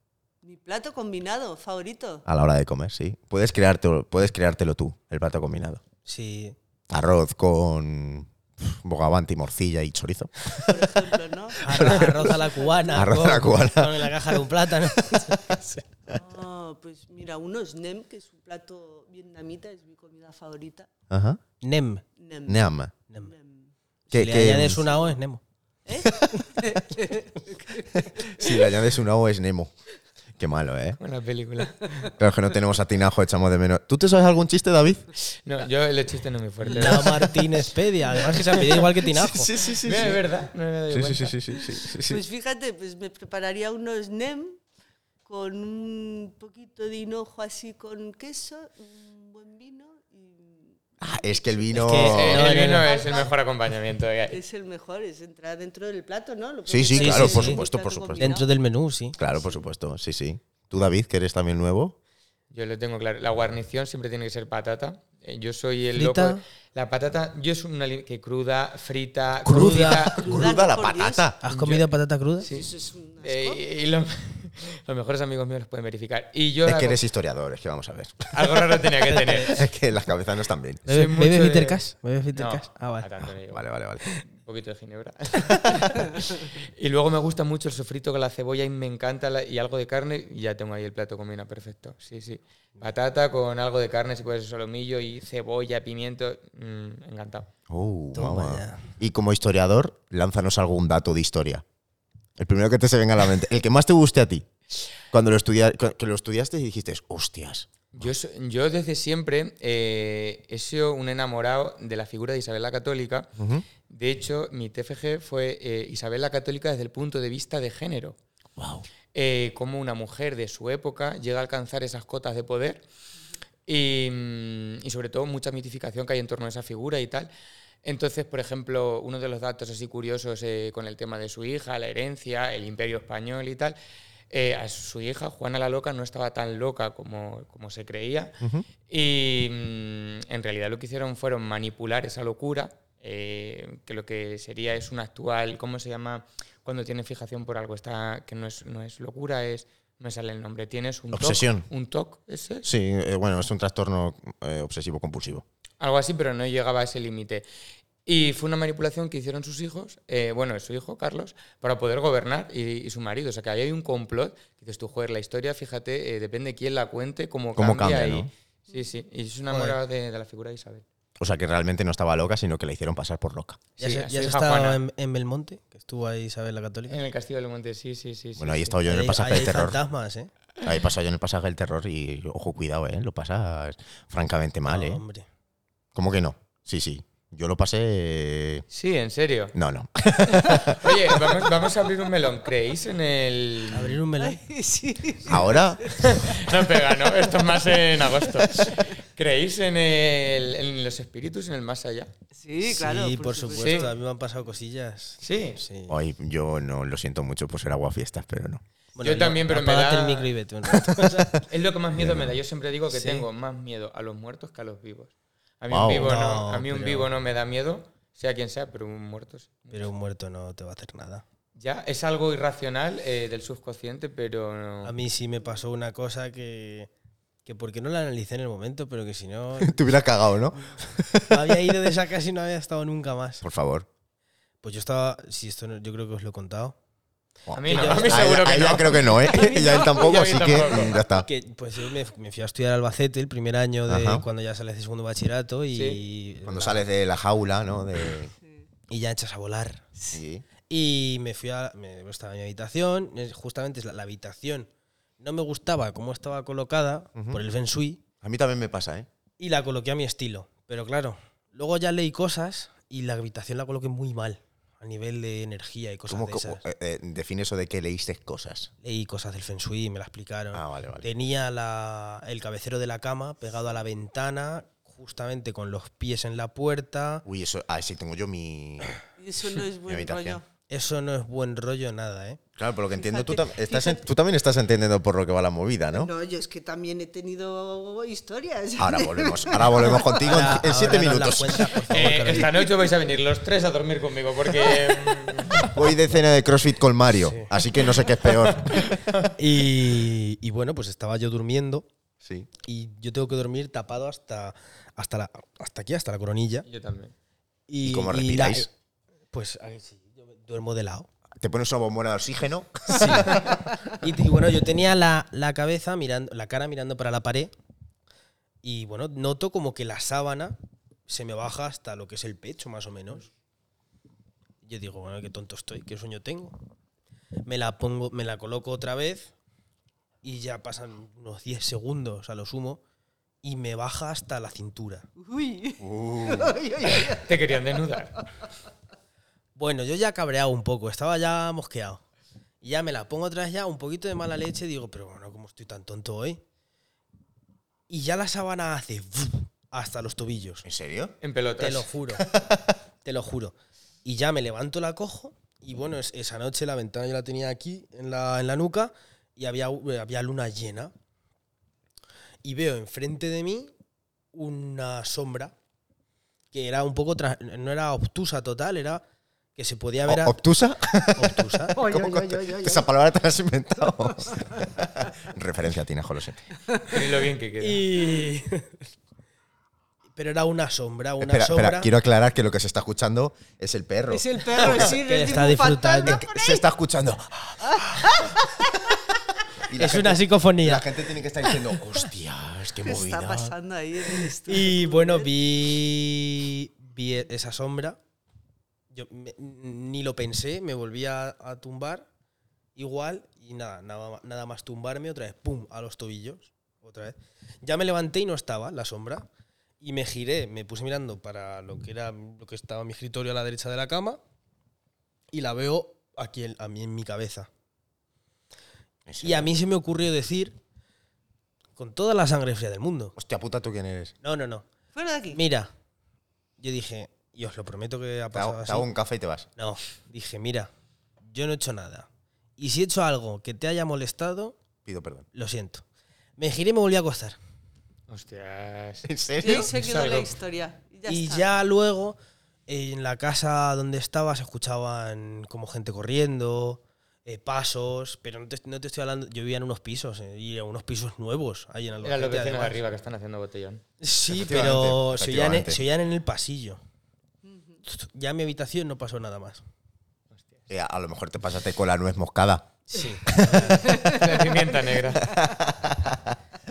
Mi plato combinado favorito. A la hora de comer, sí. Puedes, crearte, puedes creártelo tú, el plato combinado. Sí. Arroz con pf, bogavante y morcilla y chorizo. Por ejemplo, ¿no? Arroz, arroz a la cubana. Arroz a con- la cubana. Con la caja de un plátano. Ah, pues mira, unos nem, que es un plato vietnamita, es mi comida favorita. Ajá. Nem. Nem. Neam. Nem. Nem. Que- si le que- añades una O es Nemo. Si le añades un O es Nemo. Qué malo, ¿eh? Buena película. Claro que no tenemos atinajo, echamos de menos. ¿Tú te sabes algún chiste, David? No, yo el chiste no es muy fuerte. La Martínez Pedia. Además que se apellida igual que Tinajo. sí, sí. No, es verdad. No me he dado Sí, sí, cuenta. sí, sí, sí, sí, sí. Pues fíjate, pues me prepararía unos nem con un poquito de hinojo así con queso, un buen vino y Ah, es que el vino. Es que- Eh, No, el no, vino no. es el mejor acompañamiento que hay. es el mejor, es entrar dentro del plato, ¿no? Lo Sí, puedes sí, hacer claro, en por el supuesto, por plato supuesto. combinado. Dentro del menú, sí. Claro, por supuesto, sí, sí. Tú, David, que eres también nuevo. Yo lo tengo claro. La guarnición siempre tiene que ser patata. Eh, Yo soy el Frita. loco. La patata, yo es una li- que cruda, frita, Cruda. cocida, Cruda, Cruda la por Dios. patata. ¿Has comido patata cruda? Sí. Eso es un asco. Eh, y y lo- los mejores amigos míos los pueden verificar. Y yo Es la que co- eres historiador, es que vamos a ver. algo raro tenía que tener. Es que las cabezas no están bien. ¿Bebe- Soy mucho ¿Bebes de- Bitter Cash? ¿Bebes Bitter No, Cash? Ah, a vale. tanto no llego. Vale, vale, vale. Un poquito de ginebra. y luego me gusta mucho el sofrito con la cebolla y me encanta la- y algo de carne y ya tengo ahí el plato combina perfecto. Sí, sí. Patata con algo de carne, si puede ser solomillo y cebolla, pimiento, mm, encantado. Oh, Toma mamá. ya. Y como historiador, lánzanos algún dato de historia. El primero que te se venga a la mente. El que más te guste a ti. Cuando lo, estudia- cu- que lo estudiaste y dijiste, hostias. Yo, so- yo desde siempre eh, he sido un enamorado de la figura de Isabel la Católica. De hecho, mi TFG fue eh, Isabel la Católica desde el punto de vista de género. Wow. eh, cómo una mujer de su época llega a alcanzar esas cotas de poder y, mm, y sobre todo mucha mitificación que hay en torno a esa figura y tal. Entonces, por ejemplo, uno de los datos así curiosos eh, con el tema de su hija, la herencia, el imperio español y tal, eh, a su hija, Juana la Loca, no estaba tan loca como, como se creía. Y mm, en realidad lo que hicieron fueron manipular esa locura, eh, que lo que sería es un actual, ¿cómo se llama? Cuando tienes fijación por algo, está, que no es, no es locura, es, me sale el nombre, tienes un TOC, Obsesión. Un TOC, ese. Sí, eh, bueno, es un trastorno eh, obsesivo compulsivo. Algo así, pero no llegaba a ese límite. Y fue una manipulación que hicieron sus hijos, eh, bueno, su hijo Carlos, para poder gobernar y, y su marido. O sea, que ahí hay un complot. Dices tú, joder, la historia, fíjate, eh, depende quién la cuente, cómo, Cómo cambia. cambia, y- ¿no? Sí, sí. Y es una enamorada de, de la figura de Isabel. O sea, que realmente no estaba loca, sino que la hicieron pasar por loca. ¿Ya, Sí, se, a su ya has hija estado Juana. en, en Belmonte? Que estuvo ahí Isabel la Católica. En el Castillo de los Montes, sí, sí, sí. sí, Bueno, ahí he sí. estado yo en el Ahí- pasaje ahí del hay terror. fantasmas, ¿eh? Ahí he pasado yo en el pasaje del terror y, ojo, cuidado, ¿eh? Lo pasas francamente mal, No, ¿eh? hombre. ¿Cómo que no? Sí, sí. Yo lo pasé... eh, Sí, en serio. No, no. Oye, vamos, vamos a abrir un melón. ¿Creéis en el...? Abrir un melón. Sí. Ahora, No pega, ¿no? Esto es más en agosto. ¿Creéis en, el- en los espíritus, en el más allá? Sí, claro. Sí, por, supuesto. Sí. A mí me han pasado cosillas. Sí. Sí. hoy yo no lo siento mucho por ser aguafiestas, pero no. Bueno, Yo también, pero me apágate da- el micro y vete un rato. Es lo que más miedo me da. Yo siempre digo que Sí. tengo más miedo a los muertos que a los vivos. A mí, Wow. un, vivo no, No, a mí un pero- vivo no me da miedo, sea quien sea, pero un muerto sí. Pero un muerto no te va a hacer nada. Ya, es algo irracional eh, del subconsciente, pero... no- Eh, A mí sí me pasó una cosa que, que porque no la analicé en el momento, pero que si no, Te hubiera cagado, ¿no? me había ido de esa casa y no había estado nunca más. Por favor. Pues yo estaba, si esto no- yo creo que os lo he contado, A mí, Yo- no, a mí A seguro ella, que a ella no. creo que no, ¿eh? Y a él tampoco, Y a mí así que tampoco. mm, ya está. que pues yo me, me fui a estudiar a Albacete el primer año de Ajá. cuando ya sales de segundo bachillerato y, Cuando la- sales de la jaula, ¿no? De... y ya echas a volar. Sí. Y me fui a. Me, estaba en mi habitación. es- Justamente es la, la habitación no me gustaba cómo estaba colocada por el Feng Shui. A mí también me pasa, ¿eh? Y la coloqué a mi estilo. Pero claro, luego ya leí cosas y la habitación la coloqué muy mal. A nivel de energía y cosas ¿Cómo, de co- esas. eh, eh, define eso de que leíste cosas? Leí cosas del Feng Shui, me la explicaron. Ah, vale, vale. Tenía la- el cabecero de la cama pegado a la ventana, justamente con los pies en la puerta. Uy, eso, ah, sí, tengo yo mi... Eso no es buen habitación. rollo. Eso no es buen rollo nada, ¿eh? Claro, por lo que entiendo, tú, Fíjate, tam- estás en- tú también estás entendiendo por lo que va la movida, ¿no? No, yo es que también he tenido historias. Ahora volvemos, ahora volvemos contigo en- Ahora- en siete ahora nos la minutos. cuentas, por favor, Eh, Carolina. esta noche vais a venir los tres a dormir conmigo, porque... mm, Voy de cena de CrossFit con Mario, así que no sé qué es peor. Y, y bueno, pues estaba yo durmiendo Sí. y yo tengo que dormir tapado hasta, hasta, la, hasta aquí, hasta la coronilla. yo también. ¿Y, ¿Y cómo la- respiráis? pues a ver, sí, yo me- duermo de lado. Te pones una bombona de oxígeno. Y, y bueno, yo tenía la, la cabeza mirando, la cara mirando para la pared y bueno, noto como que la sábana se me baja hasta lo que es el pecho más o menos. Yo digo, bueno, qué tonto estoy, qué sueño tengo. Me la pongo, me la coloco otra vez y ya pasan unos 10 segundos a lo sumo y me baja hasta la cintura. Uy. Ay, ay, ay. Te querían desnudar. Bueno, yo ya cabreado un poco, estaba ya mosqueado. Y ya me la pongo otra vez ya, un poquito de mala leche, digo, pero bueno, ¿cómo estoy tan tonto hoy? Y ya la sábana hace hasta los tobillos. ¿En serio? En pelotas. Te lo juro. te lo juro. Y ya me levanto, la cojo. Y bueno, es- esa noche la ventana yo la tenía aquí, en la, en la nuca, y había, había luna llena. Y veo enfrente de mí una sombra que era un poco. tras- No era obtusa total, era que se podía ver a- O- ¿Obtusa? obtusa. ¿Cómo Ay, ay, te- ay, ay, Esa palabra te la has inventado. Referencia a Tinejo, lo sé. Mirad lo bien que queda. Y- Pero era una sombra, una Espera, sombra. espera, quiero aclarar que lo que se está escuchando es el perro. Es el perro, sí, Que es está un disfrutando. fantasma por ahí. Se está escuchando. Y la Es gente- una psicofonía. La gente tiene que estar diciendo, hostias, qué ¿Qué movida. está pasando ahí en el estudio? Y bueno, vi, vi e- esa sombra. Yo me- ni lo pensé, me volví a, a tumbar igual y nada, nada, ma- nada más tumbarme otra vez, ¡pum!, a los tobillos. otra vez. Ya me levanté y no estaba la sombra. Y me giré, me puse mirando para lo que era lo que estaba mi escritorio a la derecha de la cama. Y la veo aquí en- a mí en mi cabeza. Y a mí se me ocurrió decir, con toda la sangre fría del mundo. Hostia puta, ¿tú quién eres? No, no, no. Fuera de aquí. Mira. Yo dije, y os lo prometo que ha Te hago, pasado te hago así. un café y te vas. No, dije, mira, yo no he hecho nada. Y si he hecho algo que te haya molestado, Pido perdón. lo siento. Me giré y me volví a acostar. Hostias. ¿En Y serio? ahí se quedó la Salgo. historia. Y ya y está. ya luego, eh, en la casa donde estaba, se escuchaban como gente corriendo, eh, pasos, pero no te, no te estoy hablando. Yo vivía en unos pisos, eh, y en unos pisos nuevos ahí en Eran los Albacete, vecinos de además. arriba que están haciendo botellón. Sí, Efectivamente, pero se oían, efectivamente. se oían en el pasillo. Ya en mi habitación no pasó nada más. Eh, a lo mejor te pasaste con la nuez moscada. Sí, La pimienta negra.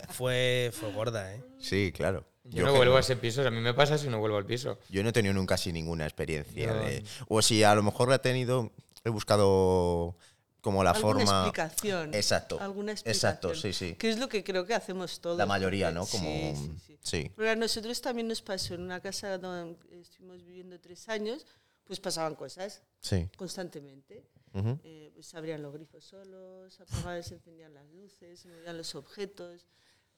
fue, fue gorda, ¿eh? Sí, claro. que Yo, no vuelvo a ese piso. A mí me pasa si no vuelvo al piso. Yo no he tenido nunca así ninguna experiencia. No. de- o si a lo mejor la he tenido, he buscado como la alguna forma. explicación. Exacto. Alguna explicación. Exacto, sí, sí. Que es lo que creo que hacemos todos. La mayoría, ¿no? Sí, Como, sí, sí. sí. Porque a nosotros también nos pasó en una casa donde estuvimos viviendo tres años, pues pasaban cosas Sí. constantemente. Ujú. Eh, pues, se abrían los grifos solos, apagaban, se encendían las luces, se movían los objetos,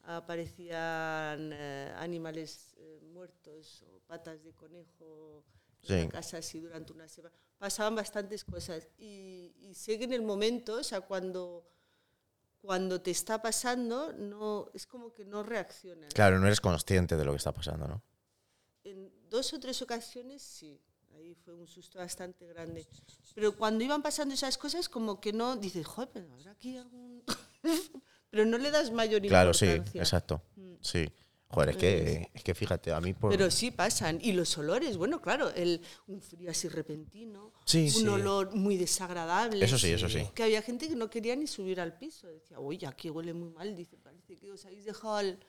aparecían eh, animales eh, muertos o patas de conejo en Sí. la casa así durante una semana. Pasaban bastantes cosas y, y sé que en el momento, o sea, cuando, cuando te está pasando, no, es como que no reaccionas. Claro, no eres consciente de lo que está pasando, ¿no? En dos o tres ocasiones sí, ahí fue un susto bastante grande. Pero cuando iban pasando esas cosas, como que no dices, joder, pero habrá aquí algún. pero no le das mayor Claro, sí, importancia. Mm. exacto. Sí. Joder, es que, es que fíjate, a mí por. Pero sí pasan. Y los olores, bueno, claro, el, un frío así repentino, Sí, un sí. olor muy desagradable. Eso sí, eso sí. Que había gente que no quería ni subir al piso. Decía, uy, aquí huele muy mal. Dice, parece que os habéis dejado al,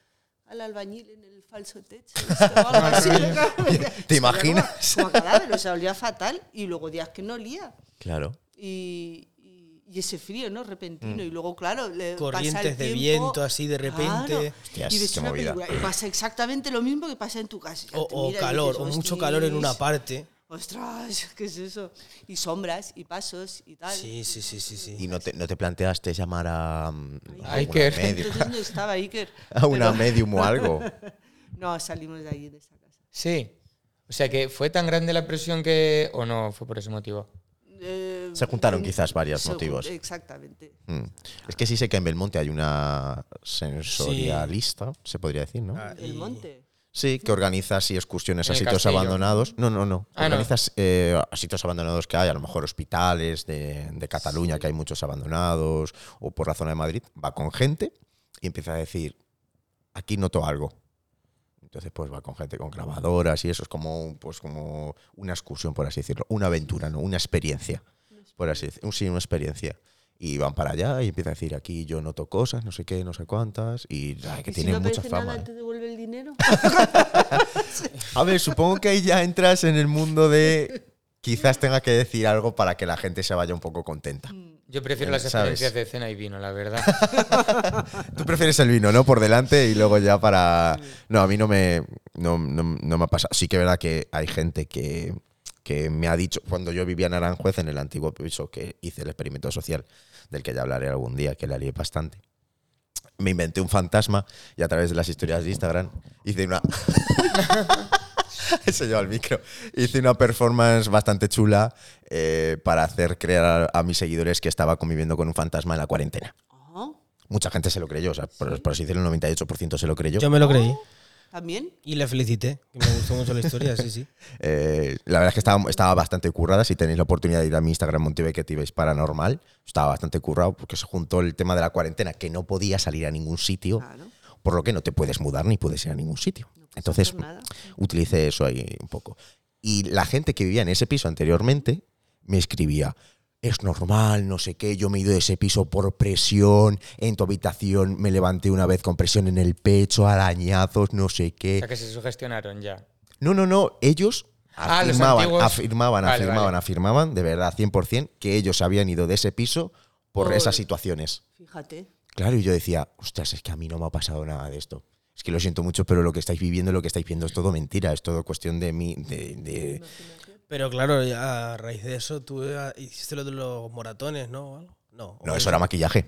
al albañil en el falso techo. o algo así, ¿no? ¿Te imaginas? Como, como a cadáver, o sea, olía fatal. Y luego días que no olía. Claro. Y, y- y ese frío, ¿no? Repentino. Y luego, claro, le pasa el Mm. Corrientes de tiempo, viento así de Claro. repente. Hostias, y ves qué una movida. película y pasa exactamente lo mismo que pasa en tu casa. Ya O, te o miras y calor, Ah, dices, o mucho "Hostis". calor en una parte. Ostras, ¿qué es eso? Y sombras, y pasos, y tal. Sí, sí, sí, sí, sí. ¿Y no te, no te planteaste llamar a. mm, a Ay, una que- medium- Entonces no estaba Iker. a una pero- medium o algo. No, salimos de allí, de esa casa. Sí. O sea que fue tan grande la presión que. ¿O no? Fue por ese motivo. Eh, Se juntaron quizás varios se jun- motivos. Exactamente. Mm. Es que sí sé que en Belmonte hay una sensorialista, se podría decir, ¿no? Ah, El y- monte. Sí, que organiza así excursiones a En el sitios castillo. abandonados. No, no, no. Ah, no. organiza eh, a sitios abandonados que hay, a lo mejor hospitales de, de Cataluña, que hay muchos abandonados, o por la zona de Madrid. Va con gente y empieza a decir, aquí noto algo. Entonces, pues va con gente con grabadoras y eso es como, pues, como una excursión, por así decirlo. Una aventura, ¿no? Una experiencia, por así decirlo. Sí, una experiencia. Y van para allá y empieza a decir, aquí yo noto cosas, no sé qué, no sé cuántas, y ay, que ¿Y tiene si no mucha aparece fama. Nada, ¿eh? ¿Te devuelve el dinero? A ver, supongo que ahí ya entras en el mundo de quizás tenga que decir algo para que la gente se vaya un poco contenta. Yo prefiero las ¿Sabes? experiencias de cena y vino, la verdad. Tú prefieres el vino, ¿no? Por delante y luego ya para... No, a mí no me, no, no- no me ha pasado. Sí que es verdad que hay gente que, que me ha dicho, cuando yo vivía en Aranjuez, en el antiguo piso que hice el experimento social, del que ya hablaré algún día, que la lié bastante, me inventé un fantasma y a través de las historias de Instagram hice una... Se lleva el micro. Hice una performance bastante chula eh, para hacer creer a- a mis seguidores que estaba conviviendo con un fantasma en la cuarentena. Ajá, Mucha gente se lo creyó, o sea, por, por así decirlo, el 98% se lo creyó. Yo me lo Oh. creí. ¿También? Y le felicité. que Me gustó mucho la historia, sí, sí. Eh, la verdad es que estaba, estaba bastante currada. Si tenéis la oportunidad de ir a mi Instagram Montebequetiveis Paranormal, estaba bastante currado porque se juntó el tema de la cuarentena, que no podía salir a ningún sitio, Claro. pues por lo que no te puedes mudar ni puedes ir a ningún sitio. Entonces, hacer nada. utilicé eso ahí un poco. Y la gente que vivía en ese piso anteriormente me escribía, es normal, no sé qué, yo me he ido de ese piso por presión, en tu habitación me levanté una vez con presión en el pecho, arañazos, no sé O qué. sea que se sugestionaron ya. No, no, no, ellos Ah, los afirmaban, antiguos. afirmaban, Vale, afirmaban, vale. afirmaban, de verdad, 100%, que ellos se habían ido de ese piso por Por- esas situaciones. Fíjate. Claro, y yo decía, ostras, es que a mí no me ha pasado nada de esto. Es que lo siento mucho, pero lo que estáis viviendo, lo que estáis viendo es todo mentira, es todo cuestión de mí, de, de- Pero claro, a raíz de eso tú eh, hiciste lo de los moratones, ¿no? ¿O algo? No, No, o eso era maquillaje.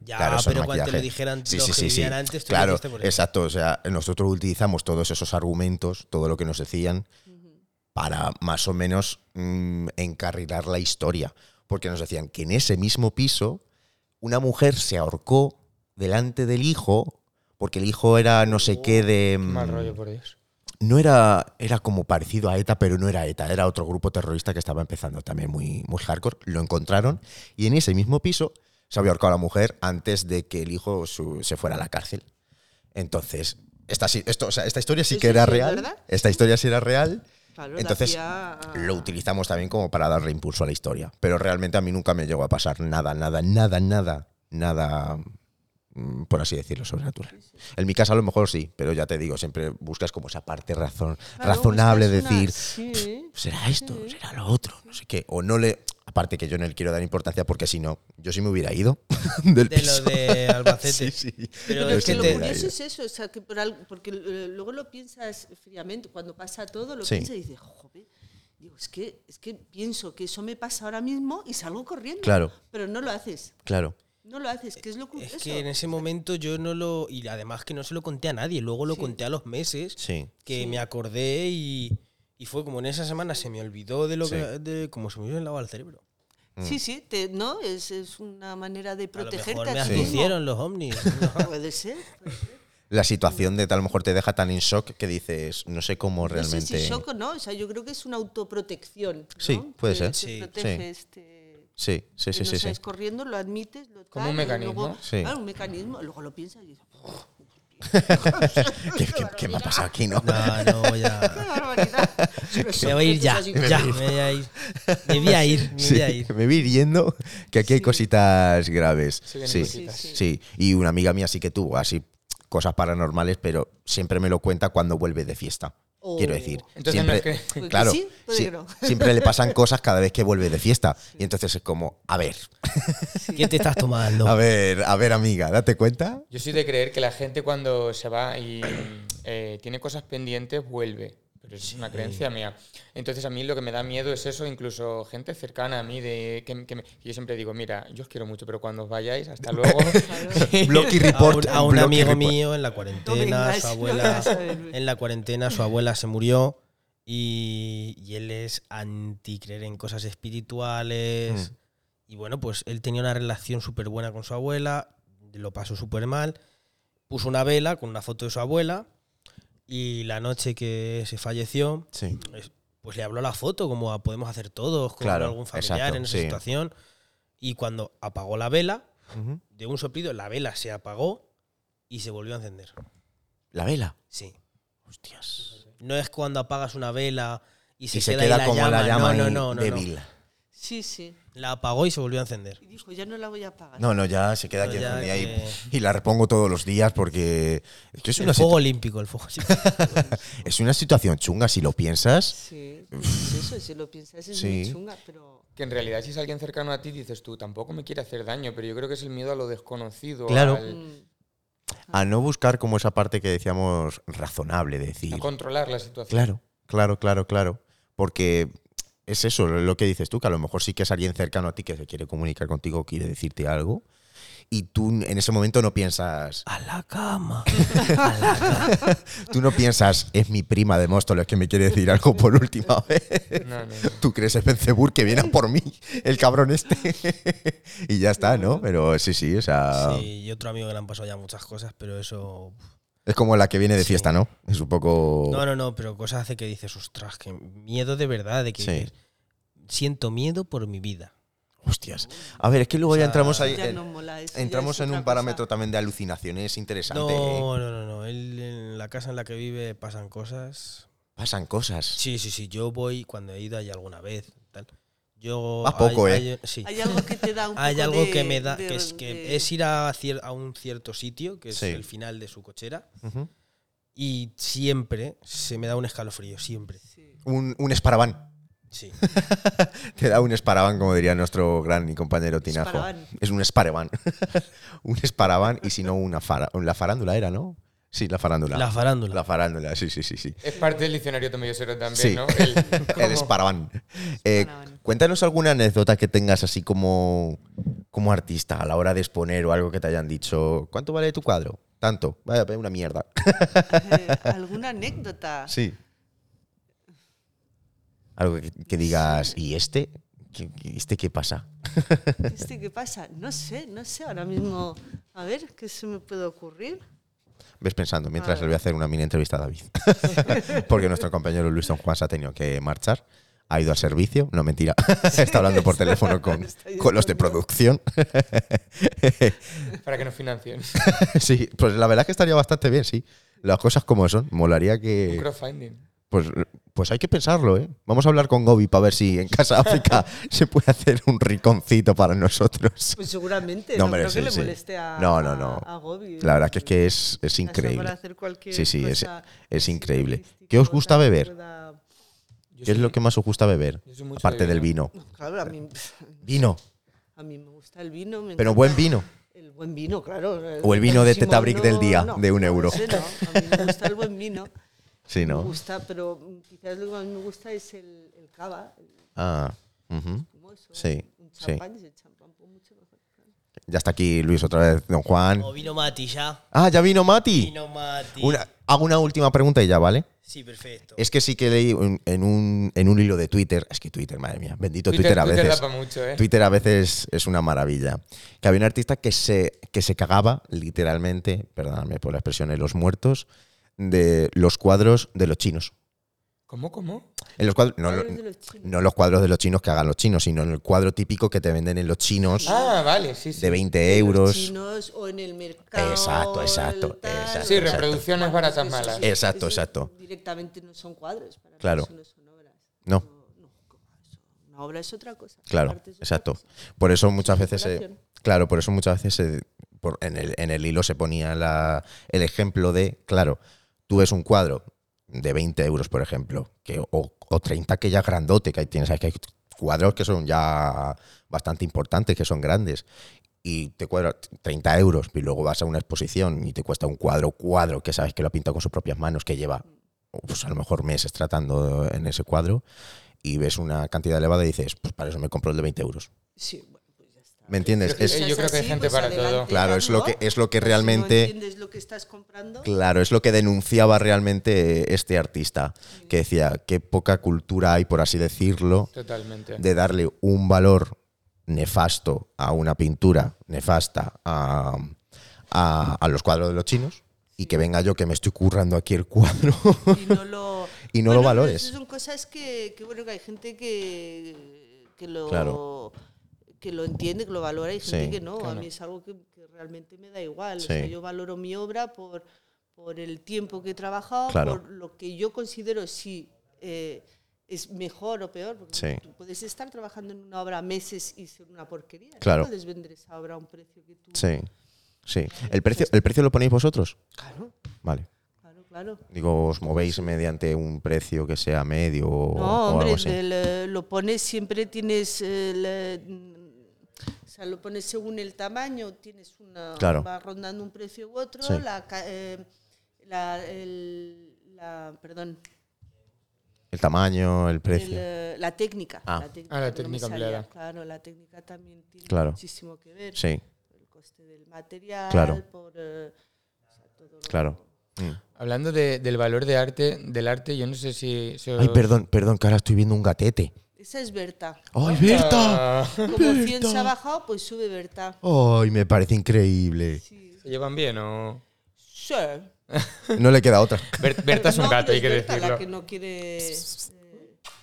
Ya, claro, eso pero era cuando te lo maquillaje. dijeran Sí, los sí, que sí, sí. vivían antes, tú lo Claro, hiciste por eso. exacto. O sea, nosotros utilizamos todos esos argumentos, todo lo que nos decían, para más o menos mm, encarrilar la historia. Porque nos decían que en ese mismo piso una mujer se ahorcó delante del hijo, porque el hijo era no sé qué de... Qué mm, Mal rollo, por Dios. no era, era como parecido a ETA, pero no era ETA, era otro grupo terrorista que estaba empezando también muy, muy hardcore. Lo encontraron y en ese mismo piso se había ahorcado a la mujer antes de que el hijo su- se fuera a la cárcel. Entonces, esta, sí- esto, o sea, esta historia sí Sí, que sí, era sí, es real. verdad. Esta historia sí era real. Claro, la ah, Entonces, hacía a- lo utilizamos también como para darle impulso a la historia. Pero realmente a mí nunca me llegó a pasar nada, nada, nada, nada, nada, mm, por así decirlo, sobrenatural. En mi casa a lo mejor sí, pero ya te digo, siempre buscas como esa parte razón, Claro, razonable, buscas pues, una- decir, sí. será esto, será lo otro, no sé qué. O no le... Aparte que yo no le quiero dar importancia porque si no, yo sí me hubiera ido del De lo piso. de Albacete. Sí, sí. Pero Pero es que es lo que te- curioso es eso, o sea, que por algo- porque eh, luego lo piensas fríamente, cuando pasa todo, lo Sí. piensas y dices, joder, digo, es que, es que pienso que eso me pasa ahora mismo y salgo corriendo. Claro. Pero no lo haces, Claro. no lo haces, que es lo curioso. Es que en ese momento yo no lo. Y además que no se lo conté a nadie, luego lo conté a los meses Sí. que me acordé y, y fue como en esa semana se me olvidó de lo Sí. que. de como se me hubiera lavado el cerebro. Mm. Sí, sí, te- ¿no? Es, es una manera de A lo protegerte mejor me a ti mismo. abducieron los ovnis. Puede ser. pues, puede ser. La situación de tal a lo mejor te deja tan en shock que dices, no sé cómo No sé realmente... si shock o no, o sea, yo creo que es una autoprotección. ¿no? Sí, puede Te- ser. te este Sí. proteges, te- Sí, sí, sí, que sí. no sí. sabes corriendo, lo admites, lo Como un tal, y mecanismo. luego- Sí. Claro, un mecanismo. Luego lo piensas y dices, "Uf, ¿Qué, qué, qué me ha pasado aquí, no? No, no, ¡qué ya. barbaridad! Pero Me son voy a ir ya, cosas así como- ya, me voy a ir. Me voy a ir, me Sí, voy a ir. me vi yendo que aquí hay cositas graves. Sí, vienen Sí, cositas. Sí, sí. sí. Y una amiga mía sí que tuvo así cosas paranormales, pero siempre me lo cuenta cuando vuelve de fiesta. Oh. Quiero decir, Entonces no siempre, es que- Pues que claro, sí, puede sí, que no. siempre le pasan cosas cada vez que vuelve de fiesta. Y entonces es como, a ver, ¿Qué te estás tomando? a ver, a ver, amiga, date cuenta. Yo soy de creer que la gente cuando se va y eh, tiene cosas pendientes vuelve. Pero eso es una creencia mía. Entonces a mí lo que me da miedo es eso, incluso gente cercana a mí, de que, que me- yo siempre digo, mira, yo os quiero mucho, pero cuando os vayáis, hasta luego. Blocky A un, report. a un blocky amigo report. mío en la No cuarentena, vengas, su no abuela, vengas a verme. en la cuarentena su abuela se murió y, y él es anti creer en cosas Mm. espirituales. Y bueno, pues él tenía una relación súper buena con su abuela, lo pasó súper mal, puso una vela con una foto de su abuela y la noche que se falleció, Sí. pues, pues le habló a la foto, como a podemos hacer todos, con Claro, algún familiar exacto, en esa sí. situación. Y cuando apagó la vela, Ujú. de un soplido, la vela se apagó y se volvió a encender. La vela. Sí. Hostias. No es cuando apagas una vela y se, y se queda, ahí queda la como llama. la llama no, ahí no, no, no, no. débil. Sí, sí. La apagó y se volvió a encender. Y dijo, ya no la voy a pagar. No, no, ya se queda No, aquí ya encendida y- que- y, la repongo todos los días porque es, que es, una el fuego situ- olímpico, el fuego olímpico. es una situación chunga si lo piensas. Sí, pues eso, si lo piensas es Sí. muy chunga, pero... Que en realidad si es alguien cercano a ti, dices tú, tampoco me quiere hacer daño, pero yo creo que es el miedo a lo desconocido. Claro. al- mm, A no buscar como esa parte que decíamos razonable, de a decir. controlar la situación. Claro, claro, claro, claro. Porque es eso lo que dices tú, que a lo mejor sí que es alguien cercano a ti que se quiere comunicar contigo, quiere decirte algo. Y tú en ese momento no piensas, a la cama. tú no piensas, es mi prima de Móstoles que me quiere decir algo por última vez. No, no, no. ¿Tú crees, Bencebur, que viene a por mí el cabrón este? y ya está, ¿no? Pero sí, sí, o sea, Sí, y otro amigo que le han pasado ya muchas cosas, pero eso. es como la que viene de Sí. fiesta, ¿no? Es un poco... No, no, no, pero cosas hace que dices, ostras, que miedo de verdad, de que Sí. dices, siento miedo por mi vida. Hostias. A ver, es que luego O ya sea, entramos ahí... ya en- no mola eso. ya Eh, entramos es en otra un parámetro cosa. también de alucinaciones interesante. ¿eh? No, no, no, no. Él, en la casa en la que vive pasan cosas Pasan cosas. Sí, sí, sí. Yo voy cuando he ido allí alguna vez. tal. Yo. Vas poco, ¿eh? hay- hay- sí. Hay algo que te da un Hay poco algo de- que me da. de- que es, que de- es ir a, cier- a un cierto sitio, que es Sí. el final de su cochera, Ujú. y siempre se me da un escalofrío, siempre. sí. un, un esparabán. Sí. Te da un esparaban, como diría nuestro gran y compañero Tinajo. Esparavan. Es un esparaban. un esparaban y si no una fara- la farándula era, ¿no? Sí, la farándula. La farándula. La farándula, sí, sí, sí, sí. Es parte del diccionario tomillosero también, Sí. ¿no? El ¿cómo? esparaban. Eh, Esparavan. cuéntanos alguna anécdota que tengas así como, como artista a la hora de exponer o algo que te hayan dicho. ¿Cuánto vale tu cuadro? Tanto. Vaya, vaya una mierda. Eh, ¿Alguna anécdota? Sí. Algo que, que digas, ¿y este? ¿Qué- qué- ¿Este qué pasa? ¿Este qué pasa? No sé, no sé. Ahora mismo, a ver, ¿qué se me puede ocurrir? Ves pensando, mientras le A ver. voy a hacer una mini entrevista a David. Porque nuestro compañero Luis Don Juan se ha tenido que marchar. Ha ido al servicio, no mentira, está hablando por teléfono con, está yendo con los de bien. producción. Para que nos financien. sí, pues la verdad es que estaría bastante bien, sí. Las cosas como son, molaría Un que... crowdfunding. Pues, pues hay que pensarlo, ¿eh? Vamos a hablar con Gobi para ver si en Casa África se puede hacer un riconcito para nosotros. Pues seguramente, No, no, hombre, creo sí, que sí. le moleste a, No, no, no. a- a Gobi. La verdad es que es, es Eso Para increíble. hacer cualquier Sí, sí, es- cosa es así increíble. periodística, ¿Qué os gusta otra que beber? pueda- Yo ¿Qué es soy- lo que más os gusta beber? yo soy mucho Aparte de del vino. Claro, a mí, Vino, a mí me gusta el vino. me pero encanta buen vino. El buen vino, claro. O el vino de Simón Tetabric del día, de un no, euro. ese no. A mí me gusta el buen vino. Sí, Me ¿no? gusta, pero mm, quizás lo que más me gusta es el, el cava, el Ah, ujú. famoso. Sí, Un sí. champán, ese champán pues mucho mejor. Ya está aquí Luis otra vez, don Juan. O vino Mati ya. Ah, Oh, ya vino Mati. Vino Mati. Una- hago una última pregunta y ya, ¿vale? Sí, perfecto. Es que sí que leí un- en un, en un hilo de Twitter, es que Twitter, madre mía, bendito Twitter, a Twitter da veces. pa' mucho, ¿eh? Twitter a veces es una maravilla. Que había un artista que se, que se cagaba, literalmente, perdóname por la expresión, de los muertos, de los cuadros de los chinos. ¿Cómo, cómo? En los cuadros, no, Cuadros lo- de los chinos. no los cuadros de los chinos que hagan los chinos, sino en el cuadro típico que te venden en los chinos Ah, vale, sí, sí. de 20 En los euros. chinos o en el mercado. Exacto, exacto, el tal. exacto, Sí, exacto. reproducciones Bueno, baratas eso malas. sí, Exacto, eso exacto. Directamente no son cuadros, para mí Claro. eso no son obras. No. no, ¿cómo eso? Una obra es otra cosa. Claro, arte es otra exacto. cosa. Por eso muchas Su veces se, decoración. claro, por eso muchas veces se- por- en, el, en el hilo se ponía la- el ejemplo de, claro, tú ves un cuadro de 20 euros, por ejemplo, que, o, o 30 que ya es grandote, que ahí tienes que hay cuadros que son ya bastante importantes, que son grandes, y te cuadra 30 euros, y luego vas a una exposición y te cuesta un cuadro, cuadro, que sabes que lo ha pintado con sus propias manos, que lleva pues, a lo mejor meses tratando en ese cuadro, y ves una cantidad elevada y dices, pues para eso me compro el de 20 euros. Sí, bueno, pues ya está. pues ¿Me entiendes? Pero Es, que- yo creo que hay gente para todo. claro, es lo que, es lo que Si no realmente... entiendes lo que estás comprando, Claro, es lo que denunciaba realmente este artista, que decía que poca cultura hay, por así decirlo, Totalmente. de darle un valor nefasto a una pintura nefasta a, a- a los cuadros de los chinos y que venga yo que me estoy currando aquí el cuadro. y no lo, Y no lo pero valores. eso Son cosas que, que, bueno, que hay gente que, que lo... Claro. que lo entiende, que lo valora, y hay gente Sí, que no. A claro. mí es algo que, que realmente me da igual. O Sí. sea, yo valoro mi obra por, por el tiempo que he trabajado, Claro. por lo que yo considero si eh, es mejor o peor. Porque Sí. tú puedes estar trabajando en una obra meses y ser una porquería. Claro. No puedes vender esa obra a un precio que tú... Sí, sí. ¿El precio, ¿El precio lo ponéis vosotros? Claro, Vale. claro, claro. Digo, os movéis mediante un precio que sea medio o- No, o hombre, algo así. del, eh, lo pones siempre, tienes. el, eh, mm, o sea, lo pones según el tamaño, tienes una. Claro. Va rondando un precio u otro. Sí. La, ca- eh, la, el- la- perdón, El tamaño, el precio. el, eh, la técnica. Ah. la técnica, Ah, la que no me técnica salía. empleada. Claro, la técnica también tiene Claro. muchísimo que ver. sí, El coste del material, Claro. por. eh, o sea, todo lo- claro. Mm. Hablando de- del valor de arte, del arte, yo no sé si... si Ay, os- perdón, perdón, que ahora estoy viendo un gatete. Esa es Berta. ¡Ay, Berta! Ah, Como 100 se ha bajado, pues sube Berta. ¡Ay, me parece increíble! Sí. ¿Se llevan bien o...? Sure. No le queda otra. Ber- Berta es un No, gato, pero hay que es Berta decirlo. La que no quiere.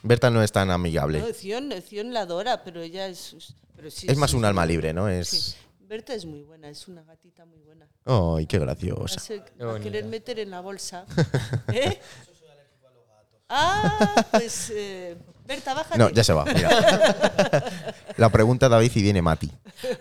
Berta no es tan amigable. No, Zion, Zion la adora, pero ella es. Pero sí, es más sí, un sí. alma libre, ¿no? Es. Sí. Berta es muy buena, es una gatita muy buena. Va ¡Ay, qué a graciosa! ser- Qué va a bonita. querer meter en la bolsa. ¿Eh? Ah, pues. eh, Berta, bájate. No, ya se va. mira. La pregunta David y viene Mati.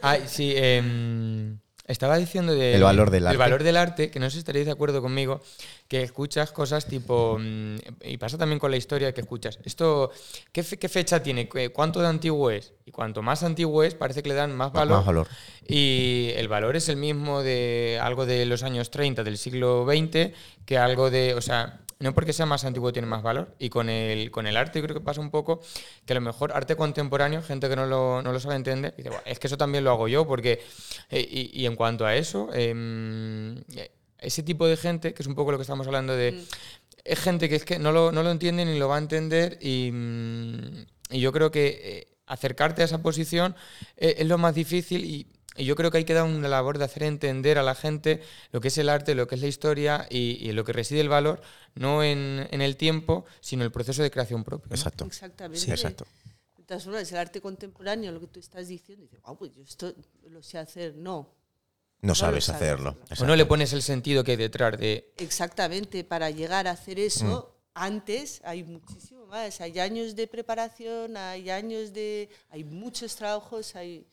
Ah, sí, em, Estaba diciendo de- El valor del arte. El valor del arte, que no sé si estaréis de acuerdo conmigo, que escuchas cosas tipo. mm, Y pasa también con la historia que escuchas. Esto, ¿qué, fe- qué fecha tiene? ¿Qué- ¿Cuánto de antiguo es? Y cuanto más antiguo es, parece que le dan más valor. Más valor. Y el valor es el mismo de algo de los años 30 del siglo XX que algo de, o sea, no porque sea más antiguo tiene más valor. Y con el, con el arte creo que pasa un poco que a lo mejor arte contemporáneo, gente que no lo, no lo sabe entender, dice, "Buah, es que eso también lo hago yo, porque... eh, y, y en cuanto a eso, em, eh, ese tipo de gente, que es un poco lo que estamos hablando de... Es gente que es que no lo, no lo entiende ni lo va a entender y, mm, y yo creo que eh, acercarte a esa posición eh, es lo más difícil y, y yo creo que hay que dar una labor de hacer entender a la gente lo que es el arte, lo que es la historia y, y lo que reside el valor, no en, en el tiempo, sino en el proceso de creación propio. ¿no? Exacto. Exactamente. Sí, exacto. De todas formas, el arte contemporáneo, lo que tú estás diciendo, dice, wow, pues yo esto lo sé hacer. No. No, lo sabes sabes. hacerlo. O no le pones el sentido que hay detrás de... Exactamente, para llegar a hacer eso, Mm. antes hay muchísimo más. Hay años de preparación, hay años de. Hay muchos trabajos, hay.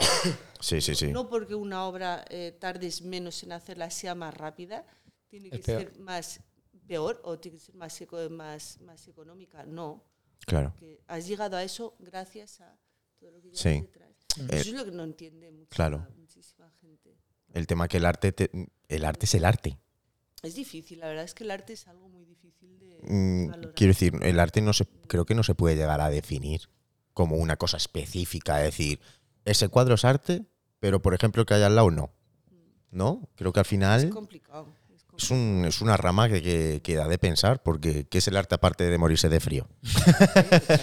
Sí, sí, sí. No porque una obra eh, tardes menos en hacerla sea más rápida, tiene que Es peor. ser más peor o tiene que ser más, eco- más, más económica. No, Claro. que has llegado a eso gracias a todo lo que llevas Sí. Eh, detrás. Eso es lo que no entiende muchísima, claro. muchísima gente. El tema que el arte, te- el arte es el arte. Es difícil, la verdad es que el arte es algo muy difícil de, de Mm, valorar. Quiero decir, el arte no se, creo que no se puede llegar a definir como una cosa específica, es decir, ese cuadro es arte, pero por ejemplo el que hay al lado no. ¿No? Creo que al es final complicado. es complicado. es, un- es una rama que, que, que da de pensar, porque ¿qué es el arte aparte de morirse de frío?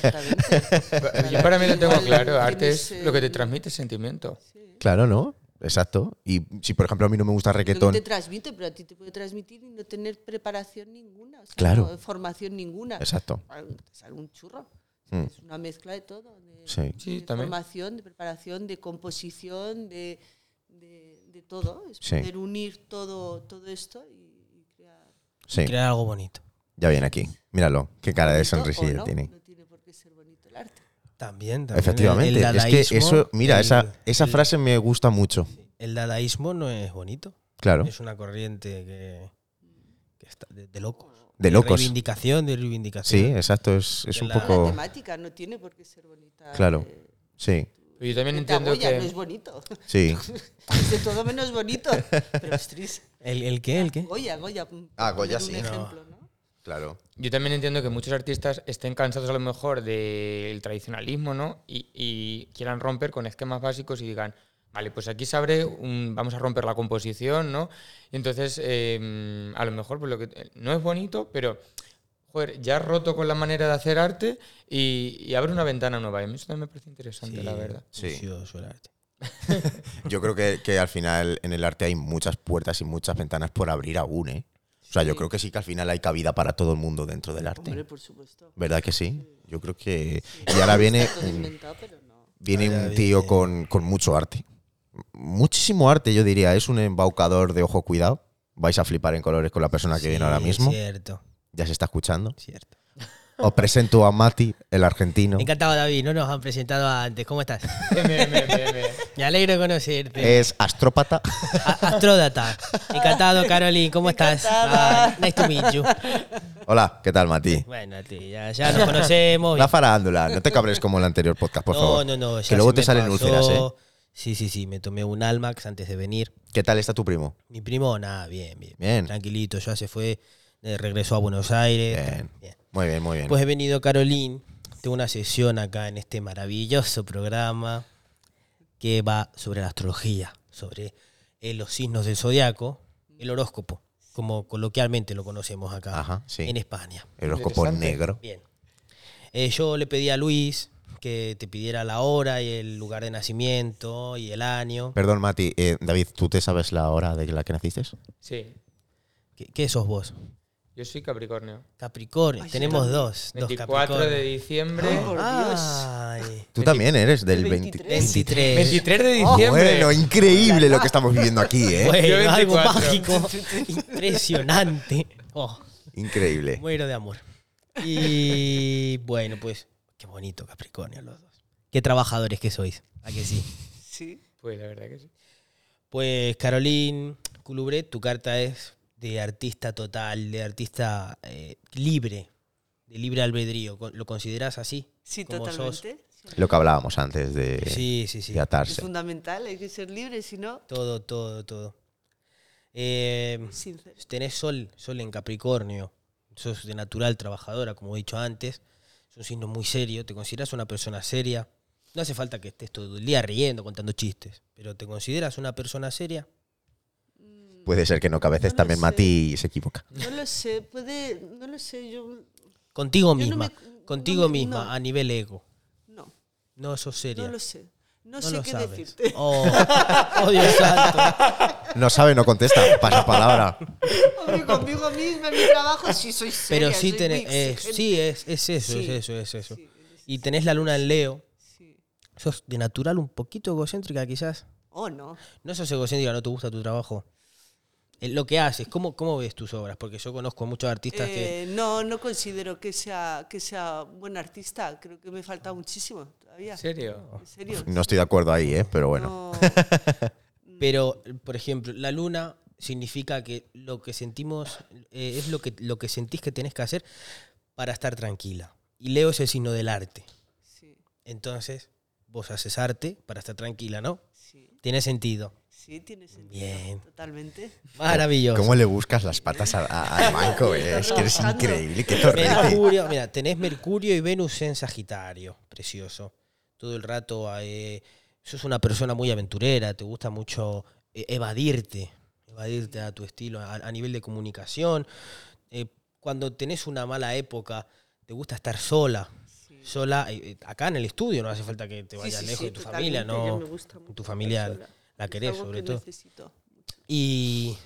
Exactamente. Yo para mí lo tengo Igual claro, arte tienes, es lo que te eh, transmite sentimiento. sí. Claro, ¿no? Exacto. Y si por ejemplo a mí no me gusta No reggaetón, te transmite, pero a ti te puede transmitir y no tener preparación ninguna, o sea, Claro. no, formación ninguna. exacto. Ah, Te sale un churro. O sea, Mm. Es una mezcla de todo. de- Sí. Sí, de también. formación, de preparación, de composición, de, de, de todo. Es Sí. poder unir todo, todo esto y, y crear. Sí, Crear algo bonito. ya viene aquí. Míralo, qué cara de bonito sonrisilla o no, tiene. No tiene por qué ser bonito el arte. También, también. Efectivamente, El- el es que dadaísmo, eso, mira, el- esa, esa el- frase me gusta mucho. El dadaísmo no es bonito. Claro. Es una corriente que, que está de, de locos. De locos. reivindicación, de Sí, reivindicación. exacto, es, es De un la- La poco... temática no tiene por qué ser bonita. Claro. eh, Sí, Yo también de entiendo Taboya, que... no es bonito. sí. es de todo menos bonito. Pero ostras, ¿El, el qué? ¿El qué? Goya, Goya. por Ah, Goya poner sí. Un No. ejemplo, ¿no? Claro. Yo también entiendo que muchos artistas estén cansados a lo mejor del tradicionalismo, ¿no? Y, y quieran romper con esquemas básicos y digan, vale, pues aquí se abre, un- vamos a romper la composición, ¿no? Y entonces, eh, a lo mejor, pues lo que eh, no es bonito, pero, joder, ya has roto con la manera de hacer arte y, y abre una ventana nueva. Y a mí eso también me parece interesante, la verdad. Sí. precioso el arte. Yo creo que, que al final en el arte hay muchas puertas y muchas ventanas por abrir aún, ¿eh? O sea, yo creo que sí que al final hay cabida para todo el mundo dentro del Hombre, arte. por supuesto. ¿Verdad que sí? Yo creo que... Y ahora Eh, viene Está todo mm. un, inventado, pero no. viene Ahora un tío viene- con, con mucho arte. Muchísimo arte, yo diría. Es un embaucador de ojo cuidado. Vais a flipar en colores con la persona que viene Sí, ahora mismo. Cierto, Ya se está escuchando. cierto. Os presento a Mati, el argentino. Encantado, David. No nos han presentado antes. ¿Cómo estás? Me- me- me- me- Me alegro de conocerte. Es astrópata. A- Astródata. Encantado, Caroline. ¿Cómo estás? Ah, nice to meet you. Hola, ¿qué tal, Mati? Bueno, tío, ya, ya nos conocemos. La farándula, no te cabres como el anterior podcast, por no, favor. no, no. ya que luego se te me salen pasó. úlceras, ¿eh? Sí, sí, sí. Me tomé un Almax antes de venir. ¿Qué tal está tu primo? Mi primo, nada, bien, bien. Bien. Tranquilito, ya se fue. eh, regresó a Buenos Aires. Bien. Muy bien, muy bien. Pues he venido, Caroline. Tengo una sesión acá en este maravilloso programa que va sobre la astrología, sobre eh, los signos del zodiaco, el horóscopo, como coloquialmente lo conocemos acá Ajá, sí. en España. el horóscopo Interesante. negro. Bien. Eh, yo le pedí a Luis que te pidiera la hora y el lugar de nacimiento y el año. Perdón, Mati, eh, David, ¿tú te sabes la hora de la que naciste? Sí, ¿Qué, qué sos vos? yo soy Capricornio. Capricornio. Ay, Tenemos yo dos. Dos 24 Capricornio. de diciembre. Por Ay, Tú también eres del 23. 23. 23. 23 de diciembre. oh, Bueno, increíble lo que estamos viviendo aquí, ¿eh? Bueno, Yo algo 24. mágico. Impresionante. Oh, Increíble. muero de amor. Y bueno, pues, qué bonito Capricornio los dos. Qué trabajadores que sois. ¿A que sí? Dios, Sí. Pues la verdad que sí. Pues Caroline Culubre, tu carta es de artista total, de artista eh, libre, de libre albedrío. Con- ¿Lo consideras así? Sí, Como sos. totalmente. Lo que hablábamos antes de, Sí, sí, sí. de Es atarse. fundamental, hay que ser libre, si no, Todo, todo, todo. Eh, sincero. tenés sol, sol en Capricornio. Sos de natural trabajadora, como he dicho antes. Es un signo muy serio. Te consideras una persona seria. No hace falta que estés todo el día riendo, contando chistes. Pero te consideras una persona seria. Puede ser que no, que a veces No lo también sé. Mati se equivoca. No lo sé, puede, no lo sé, yo Contigo Yo no misma. me- contigo no me- misma, no. a nivel ego. no, No sos seria. no lo sé. No, No sé lo qué sabes. decirte. Oh, oh, Dios santo. No sabe, no contesta. Pasa palabra. Hombre, conmigo misma, en mi trabajo, sí soy seria. Pero sí soy tenés. muy eh, exigente. sí, es, es eso, es Sí. eso, es eso. Sí, eres- Y tenés la luna en Leo. sí. Sos de natural un poquito egocéntrica, quizás. Oh, no. No sos egocéntrica, no te gusta tu trabajo. Eh, Lo que haces, ¿cómo, cómo ves tus obras? Porque yo conozco a muchos artistas que. Eh, no, no considero que sea, que sea buen artista. Creo que me falta muchísimo todavía. ¿En serio? ¿En serio? Pues, No estoy de acuerdo ahí, ¿eh? pero bueno. No. Pero, por ejemplo, la luna significa que lo que sentimos eh, es lo que, lo que sentís que tenés que hacer para estar tranquila. Y Leo es el signo del arte. Sí, Entonces, vos haces arte para estar tranquila, ¿no? sí, Tiene sentido. sí, tiene sentido. Bien. Totalmente. Maravilloso. ¿Cómo le buscas las patas a- a- al manco? eh? Es que eres Trabajando. increíble, qué torrente. Mercurio, mira, tenés Mercurio y Venus en Sagitario, precioso. Todo el rato eh, sos una persona muy aventurera, te gusta mucho eh, evadirte, evadirte a tu estilo, a, a nivel de comunicación. Eh, cuando tenés una mala época, te gusta estar sola. Sí. Sola, eh, eh, acá en el estudio, no hace falta que te Sí, vayas sí, lejos sí, de tu familia, totalmente. Yo no. me gusta mucho tu estar familia sola. la Es querés, algo sobre que todo. necesito. Y.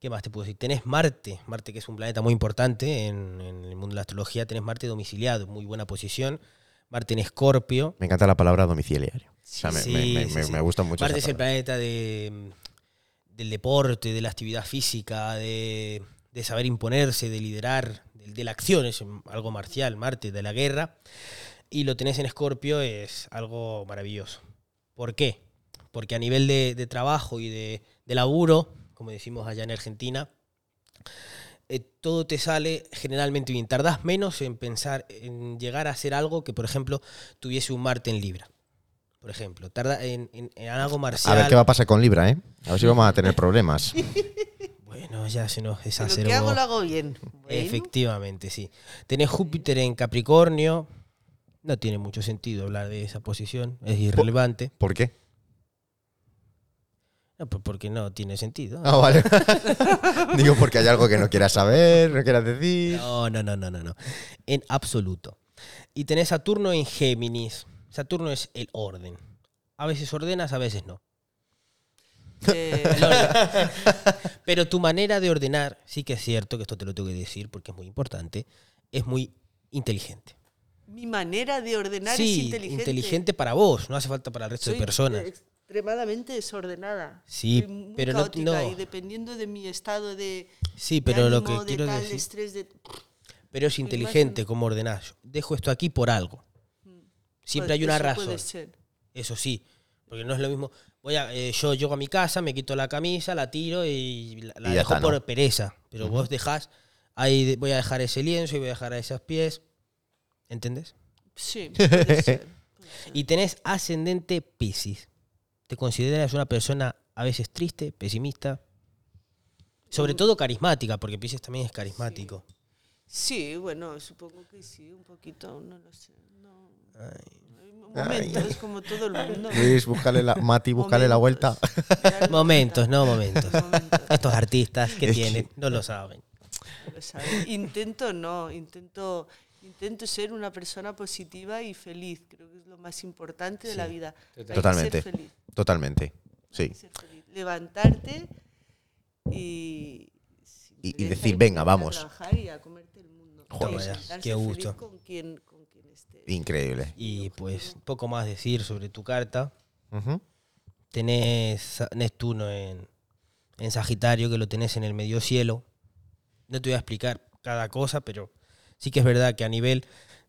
¿Qué más te puedo decir? Tenés Marte, Marte que es un planeta muy importante en, en el mundo de la astrología, tenés Marte domiciliado, muy buena posición. Marte en Escorpio. Me encanta la palabra domiciliario. O sea, me, me- Sí, me- sí, me- sí. me gusta mucho. Marte esa es el palabra. planeta de, del deporte, de la actividad física, de, de saber imponerse, de liderar, de, de la acción, es algo marcial, Marte, de la guerra. Y lo tenés en Escorpio, es algo maravilloso. ¿Por qué? Porque a nivel de, de trabajo y de, de laburo, como decimos allá en Argentina, eh, todo te sale generalmente bien. Tardás menos en pensar, en llegar a hacer algo que, por ejemplo, tuviese un Marte en Libra. Por ejemplo, tarda en, en- en algo marcial. A ver qué va a pasar con Libra, ¿eh? A ver si vamos a tener problemas. Bueno, ya se nos Pero exacerbó. lo que hago, lo hago bien. Bueno, Efectivamente, sí. Tenés Júpiter en Capricornio. No tiene mucho sentido hablar de esa posición. Es irrelevante. ¿Por qué? No, pues porque no tiene sentido. Ah, vale. Digo, porque hay algo que no quieras saber, no quieras decir. No, no, no, no, no, no. En absoluto. Y tenés Saturno en Géminis. Saturno es el orden. A veces ordenas, a veces no. eh, Pero tu manera de ordenar, sí que es cierto, que esto te lo tengo que decir porque es muy importante, es muy inteligente. mi manera de ordenar es sí, inteligente. para vos, no hace falta para el resto Soy de personas. extremadamente desordenada. Sí, Soy muy pero no- caótica no. Y dependiendo de mi estado de. Sí, de pero lo que ánimo, de quiero tal, de decir- estrés, de- Pero es inteligente como ordenás. Yo Dejo esto aquí por algo. Siempre pues, hay una eso razón. Puede ser. Eso sí, porque no es lo mismo. Voy a, eh, yo llego a mi casa, me quito la camisa, la tiro y la, la Y ya dejo está, ¿no? por pereza. Pero vos dejás, ahí de- voy a dejar ese lienzo y voy a dejar a esos pies. ¿Entendés? Sí, puede ser. Y tenés ascendente Piscis. ¿Te consideras una persona a veces triste, pesimista? Sobre todo carismática, porque Piscis también es carismático. Sí, bueno, supongo que sí, un poquito, no lo sé. No. Hay Ay. Momentos, como todo el mundo. Luis, búscale la, Mati, búscale la vuelta. Momentos. Darle Momentos, no momentos. vuelta. Momentos, Estos artistas que Es tienen, no lo saben. lo sabes. Intento no, intento, intento ser una persona positiva y feliz. Creo que es lo más importante de la vida. Hay que ser Totalmente. feliz. Totalmente. Sí. ser feliz. Levantarte y, sin Y- y pereza, decir, y "Venga, ponerte a vamos". trabajar y a comerte el mundo. Joder, Y vaya, sentarse qué feliz gusto. Con quien, con quien esté. Increíble. Y pues poco más decir sobre tu carta. Ujú. Tenés a Neptuno en, en Sagitario, que lo tenés en el medio cielo. No te voy a explicar cada cosa, pero sí que es verdad que a nivel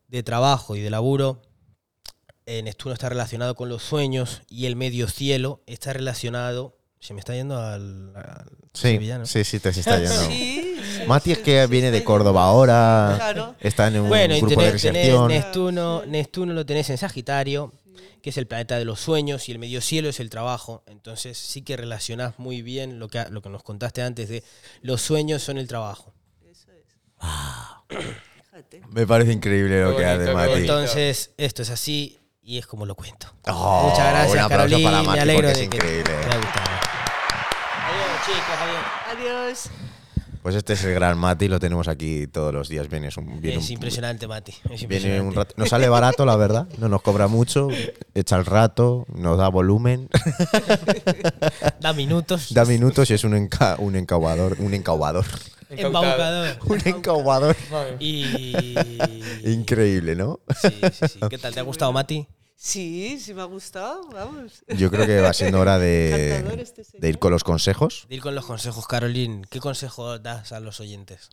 de trabajo y de laburo, eh, Neptuno está relacionado con los sueños y el medio cielo está relacionado Se me está yendo al, al Sí, sevillano. sí, sí, te se está yendo. Sí, sí, Mati es sí, que sí, viene sí, de sí. Córdoba ahora, Claro. está en un Bueno, y grupo de tenés, tenés iniciación. Neptuno, Neptuno lo tenés en Sagitario, que es el planeta de los sueños, y el medio cielo es el trabajo. Entonces sí que relacionás muy bien lo que, lo que nos contaste antes de los sueños son el trabajo. Eso es. Fíjate. Me parece increíble lo Qué que hace bonito, qué Mati. bonito. Entonces, esto es así y es como lo cuento. Oh, Muchas un gracias, aplauso Carolina. para Mati, Me alegro porque de es que increíble. te haya gustado. Adiós, chicos, adiós. Adiós. Pues este es el gran Mati, lo tenemos aquí todos los días. Viene, es un, viene es un- impresionante, Mati. es Viene un impresionante. rato. Nos sale barato, la verdad. No nos cobra mucho. Echa el rato, nos da volumen, Da minutos. da minutos y es un, enca- un encauador. Un encauador. Encautado. Embaucador. Un encauador. Madre mía. Y. Increíble, ¿no? Sí, sí, sí. ¿Qué tal? ¿Te ha gustado, Mati? Sí, sí me ha gustado, vamos. Yo creo que va siendo hora Encantador de, este señor. de ir con los consejos. Dil con los consejos, Carolín. ¿Qué consejo das a los oyentes?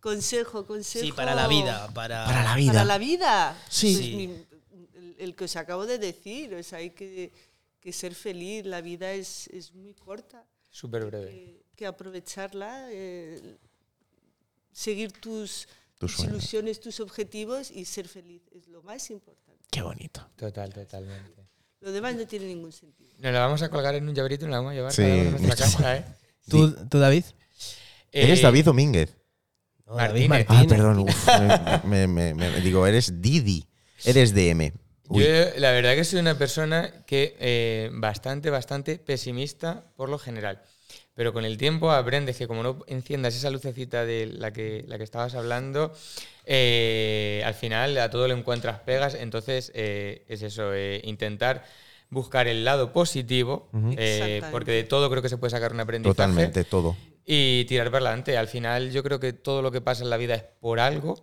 Consejo, consejo. Sí, para la vida, para, Para la vida. Sí. Pues mi- el, el que os acabo de decir, o sea, hay que, que ser feliz, la vida es, es muy corta, Súper breve. que, que aprovecharla, eh, seguir tus, Tus tus sueños. ilusiones, tus objetivos y ser feliz, es lo más importante. Qué bonito. Total, totalmente. Lo demás no tiene ningún sentido. Nos la vamos a colgar en un llaverito y nos la vamos a llevar Sí, cada uno a nuestra muchísimo. casa, ¿eh? ¿Tú, tú, David? ¿Eres Eh, David Domínguez? No, Martínez. Ah, perdón. uf, me, me- me- me- digo, eres Didi. Eres DM. Uy, Yo la verdad que soy una persona que eh, bastante, bastante pesimista por lo general. Pero con el tiempo aprendes que como no enciendas esa lucecita de la que, la que estabas hablando, eh, al final a todo le encuentras pegas. Entonces eh, es eso, eh, intentar buscar el lado positivo, eh, Exactamente. porque de todo creo que se puede sacar un aprendizaje. totalmente, todo. y tirar para adelante. Al final yo creo que todo lo que pasa en la vida es por algo.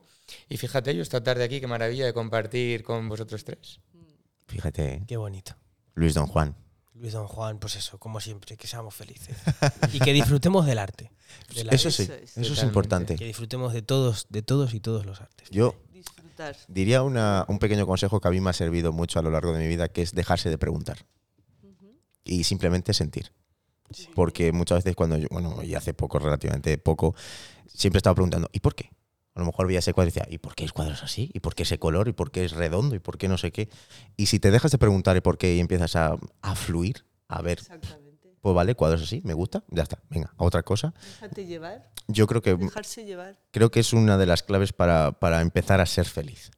Y fíjate, yo esta tarde aquí, qué maravilla de compartir con vosotros tres. Mm, Fíjate, ¿eh? Qué bonito. Luis Don Juan. Luis Don Juan, pues eso, como siempre, que seamos felices. y que disfrutemos del arte. del arte. Eso sí, Eso es, eso es totalmente. Que importante. disfrutemos de todos, de todos y todos los artes. Yo Disfrutar. diría una- un pequeño consejo que a mí me ha servido mucho a lo largo de mi vida, que es dejarse de preguntar y simplemente sentir. Porque muchas veces cuando yo, bueno, y hace poco, relativamente poco, siempre estaba preguntando, ¿y por qué? A lo mejor veía ese cuadro y decía, ¿y por qué el cuadro es así? ¿Y por qué ese color? ¿Y por qué es redondo? ¿Y por qué no sé qué? Y si te dejas de preguntar el por qué y empiezas a, a fluir, a ver, Exactamente. pues vale, cuadro es así, me gusta, ya está, venga, a otra cosa. Déjate llevar, Yo creo que dejarse llevar. creo que es una de las claves para, para empezar a ser feliz.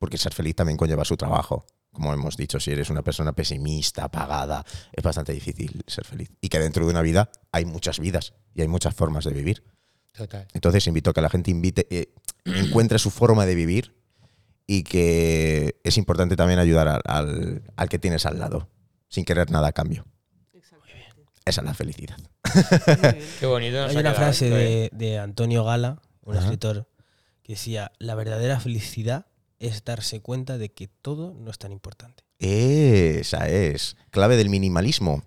Porque ser feliz también conlleva su trabajo. Como hemos dicho, si eres una persona pesimista, apagada, es bastante difícil ser feliz. Y que dentro de una vida hay muchas vidas y hay muchas formas de vivir. Total. Entonces invito a que la gente invite, eh, encuentre su forma de vivir y que es importante también ayudar al, al- al que tienes al lado, sin querer nada a cambio. Exactamente. Esa es la felicidad. Muy bien. Qué bonito. nos Hay ha una quedado frase esto, ¿eh? de, de Antonio Gala, un Ajá. escritor, que decía, la verdadera felicidad es darse cuenta de que todo no es tan importante. Esa es. Clave del minimalismo.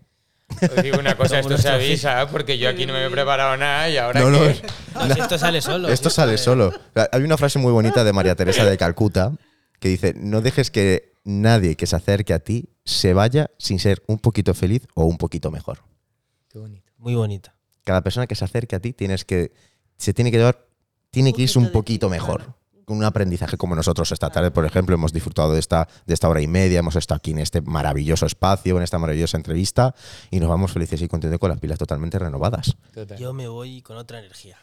Os digo una cosa, Como esto se nuestro avisa, porque yo aquí no me he preparado nada y ahora. No, no, que- es- No, si esto sale solo. Esto si sale es- solo. Hay una frase muy bonita de María Teresa de Calcuta que dice, no dejes que nadie que se acerque a ti se vaya sin ser un poquito feliz o un poquito mejor. Qué bonito. Muy bonita. Cada persona que se acerque a ti tienes que, se tiene que llevar, tiene que irse un poquito Poquito de ti, mejor. claro. Con un aprendizaje como nosotros esta tarde, por ejemplo, hemos disfrutado de esta, de esta hora y media, hemos estado aquí en este maravilloso espacio, en esta maravillosa entrevista y nos vamos felices y contentos con las pilas totalmente renovadas. Total. Yo me voy con otra energía.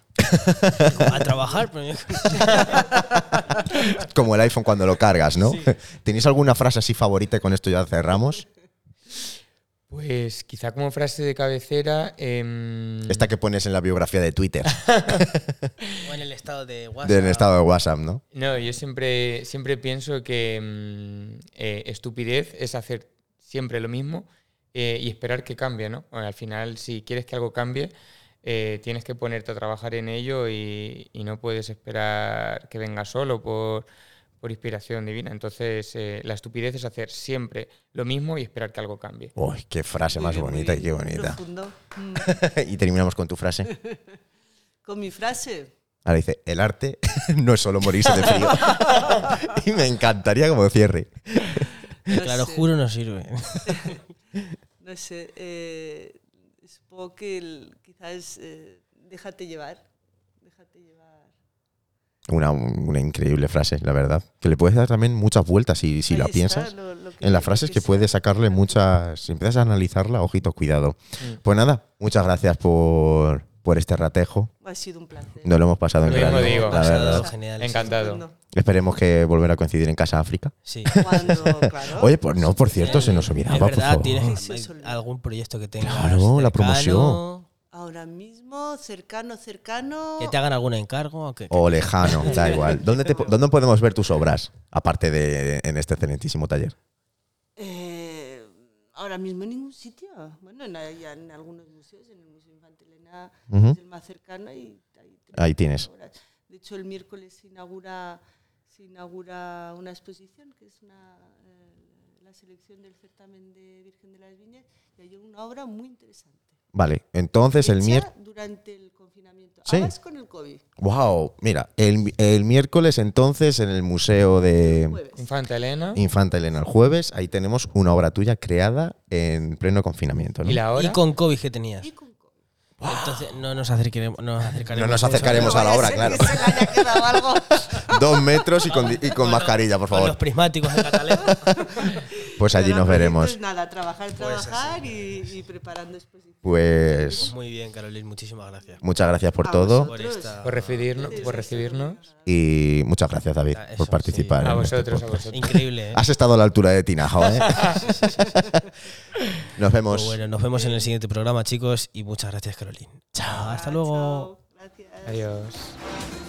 A trabajar, pero Como el iPhone cuando lo cargas, ¿no? ¿Tenéis alguna frase así favorita y con esto ya cerramos? Pues quizá como frase de cabecera. em, Esta que pones en la biografía de Twitter, o en el estado de WhatsApp. del estado de WhatsApp, ¿no? No, yo siempre, siempre pienso que mm, eh, estupidez es hacer siempre lo mismo eh, y esperar que cambie, ¿no? Bueno, al final, si quieres que algo cambie, eh, tienes que ponerte a trabajar en ello y, y no puedes esperar que venga solo por, por inspiración divina. Entonces, eh, la estupidez es hacer siempre lo mismo y esperar que algo cambie. Uy, qué frase Muy más bien, muy bonita y bien. qué bonita. Profundo. Mm. y terminamos con tu frase. Con mi frase. Ahora dice, el arte no es solo morirse de frío. y me encantaría como cierre. No Claro, sé, juro no sirve. No sé. eh, supongo que el- quizás eh, déjate llevar, déjate llevar. Una, una increíble frase, la verdad. Que le puedes dar también muchas vueltas si, si Ahí la está, piensas. lo- lo que- En las lo frases que sea. puedes sacarle muchas. Si empiezas a analizarla, ojito, cuidado. Mm. Pues nada, muchas gracias por, por este ratejo. Ha sido un placer. Nos lo hemos pasado en Lo mismo grande, digo. la verdad. Genial, Encantado. Estupendo. Esperemos que volver a coincidir en Casa África. Sí. Cuando, claro. Oye, pues no, por cierto, se nos olvidaba, Es verdad, por favor. tienes Sí, se olvida. algún proyecto que tengas. Claro, cercano, la promoción. Ahora mismo, cercano, cercano. Que te hagan algún encargo. Que, O lejano, da igual. ¿Dónde, te po- dónde podemos ver tus obras? Aparte de en este excelentísimo taller. Eh, ahora mismo en ningún sitio. Bueno, en, ya en algunos museos, en el Museo Infantil Elena Ujú. es el más cercano y ahí, tenemos Ahí tienes. obras. De hecho, el miércoles se inaugura, se inaugura una exposición que es una, eh, la selección del certamen de Virgen de las Viñas y hay una obra muy interesante. Vale, entonces el Hecha miércoles. Durante el confinamiento. Sí. Ahora es con el COVID. ¡Wow! Mira, el, el miércoles entonces en el Museo de Jueves. Infanta Elena. Infanta Elena, el jueves, ahí tenemos una obra tuya creada en pleno confinamiento. ¿no? ¿Y la hora? y con COVID que tenías. Y con COVID. Entonces no nos acercaremos. No nos acercaremos, No nos acercaremos a la No vaya obra, ser claro. Que se le haya quedado algo. Dos metros y con, di- y con mascarilla, por Con favor. los prismáticos de Catalán. Pues allí Pero nos proyecto veremos. es Nada, trabajar, así. trabajar y, y preparando exposiciones. Pues Muy bien, Carolín, muchísimas gracias. muchas gracias por A todo Por Otros. esta. Por recibirnos. Por recibirnos. y muchas gracias David Ah, eso, por sí. participar. A en este vosotros, a podcast. vosotros. Increíble, ¿eh? Has estado a la altura de Tinajo, ¿eh? Nos Pues vemos. bueno, nos vemos en el siguiente Ah, programa, chicos, y muchas gracias, Carolín. Chao, hasta luego. Chao, gracias. Adiós. Adiós.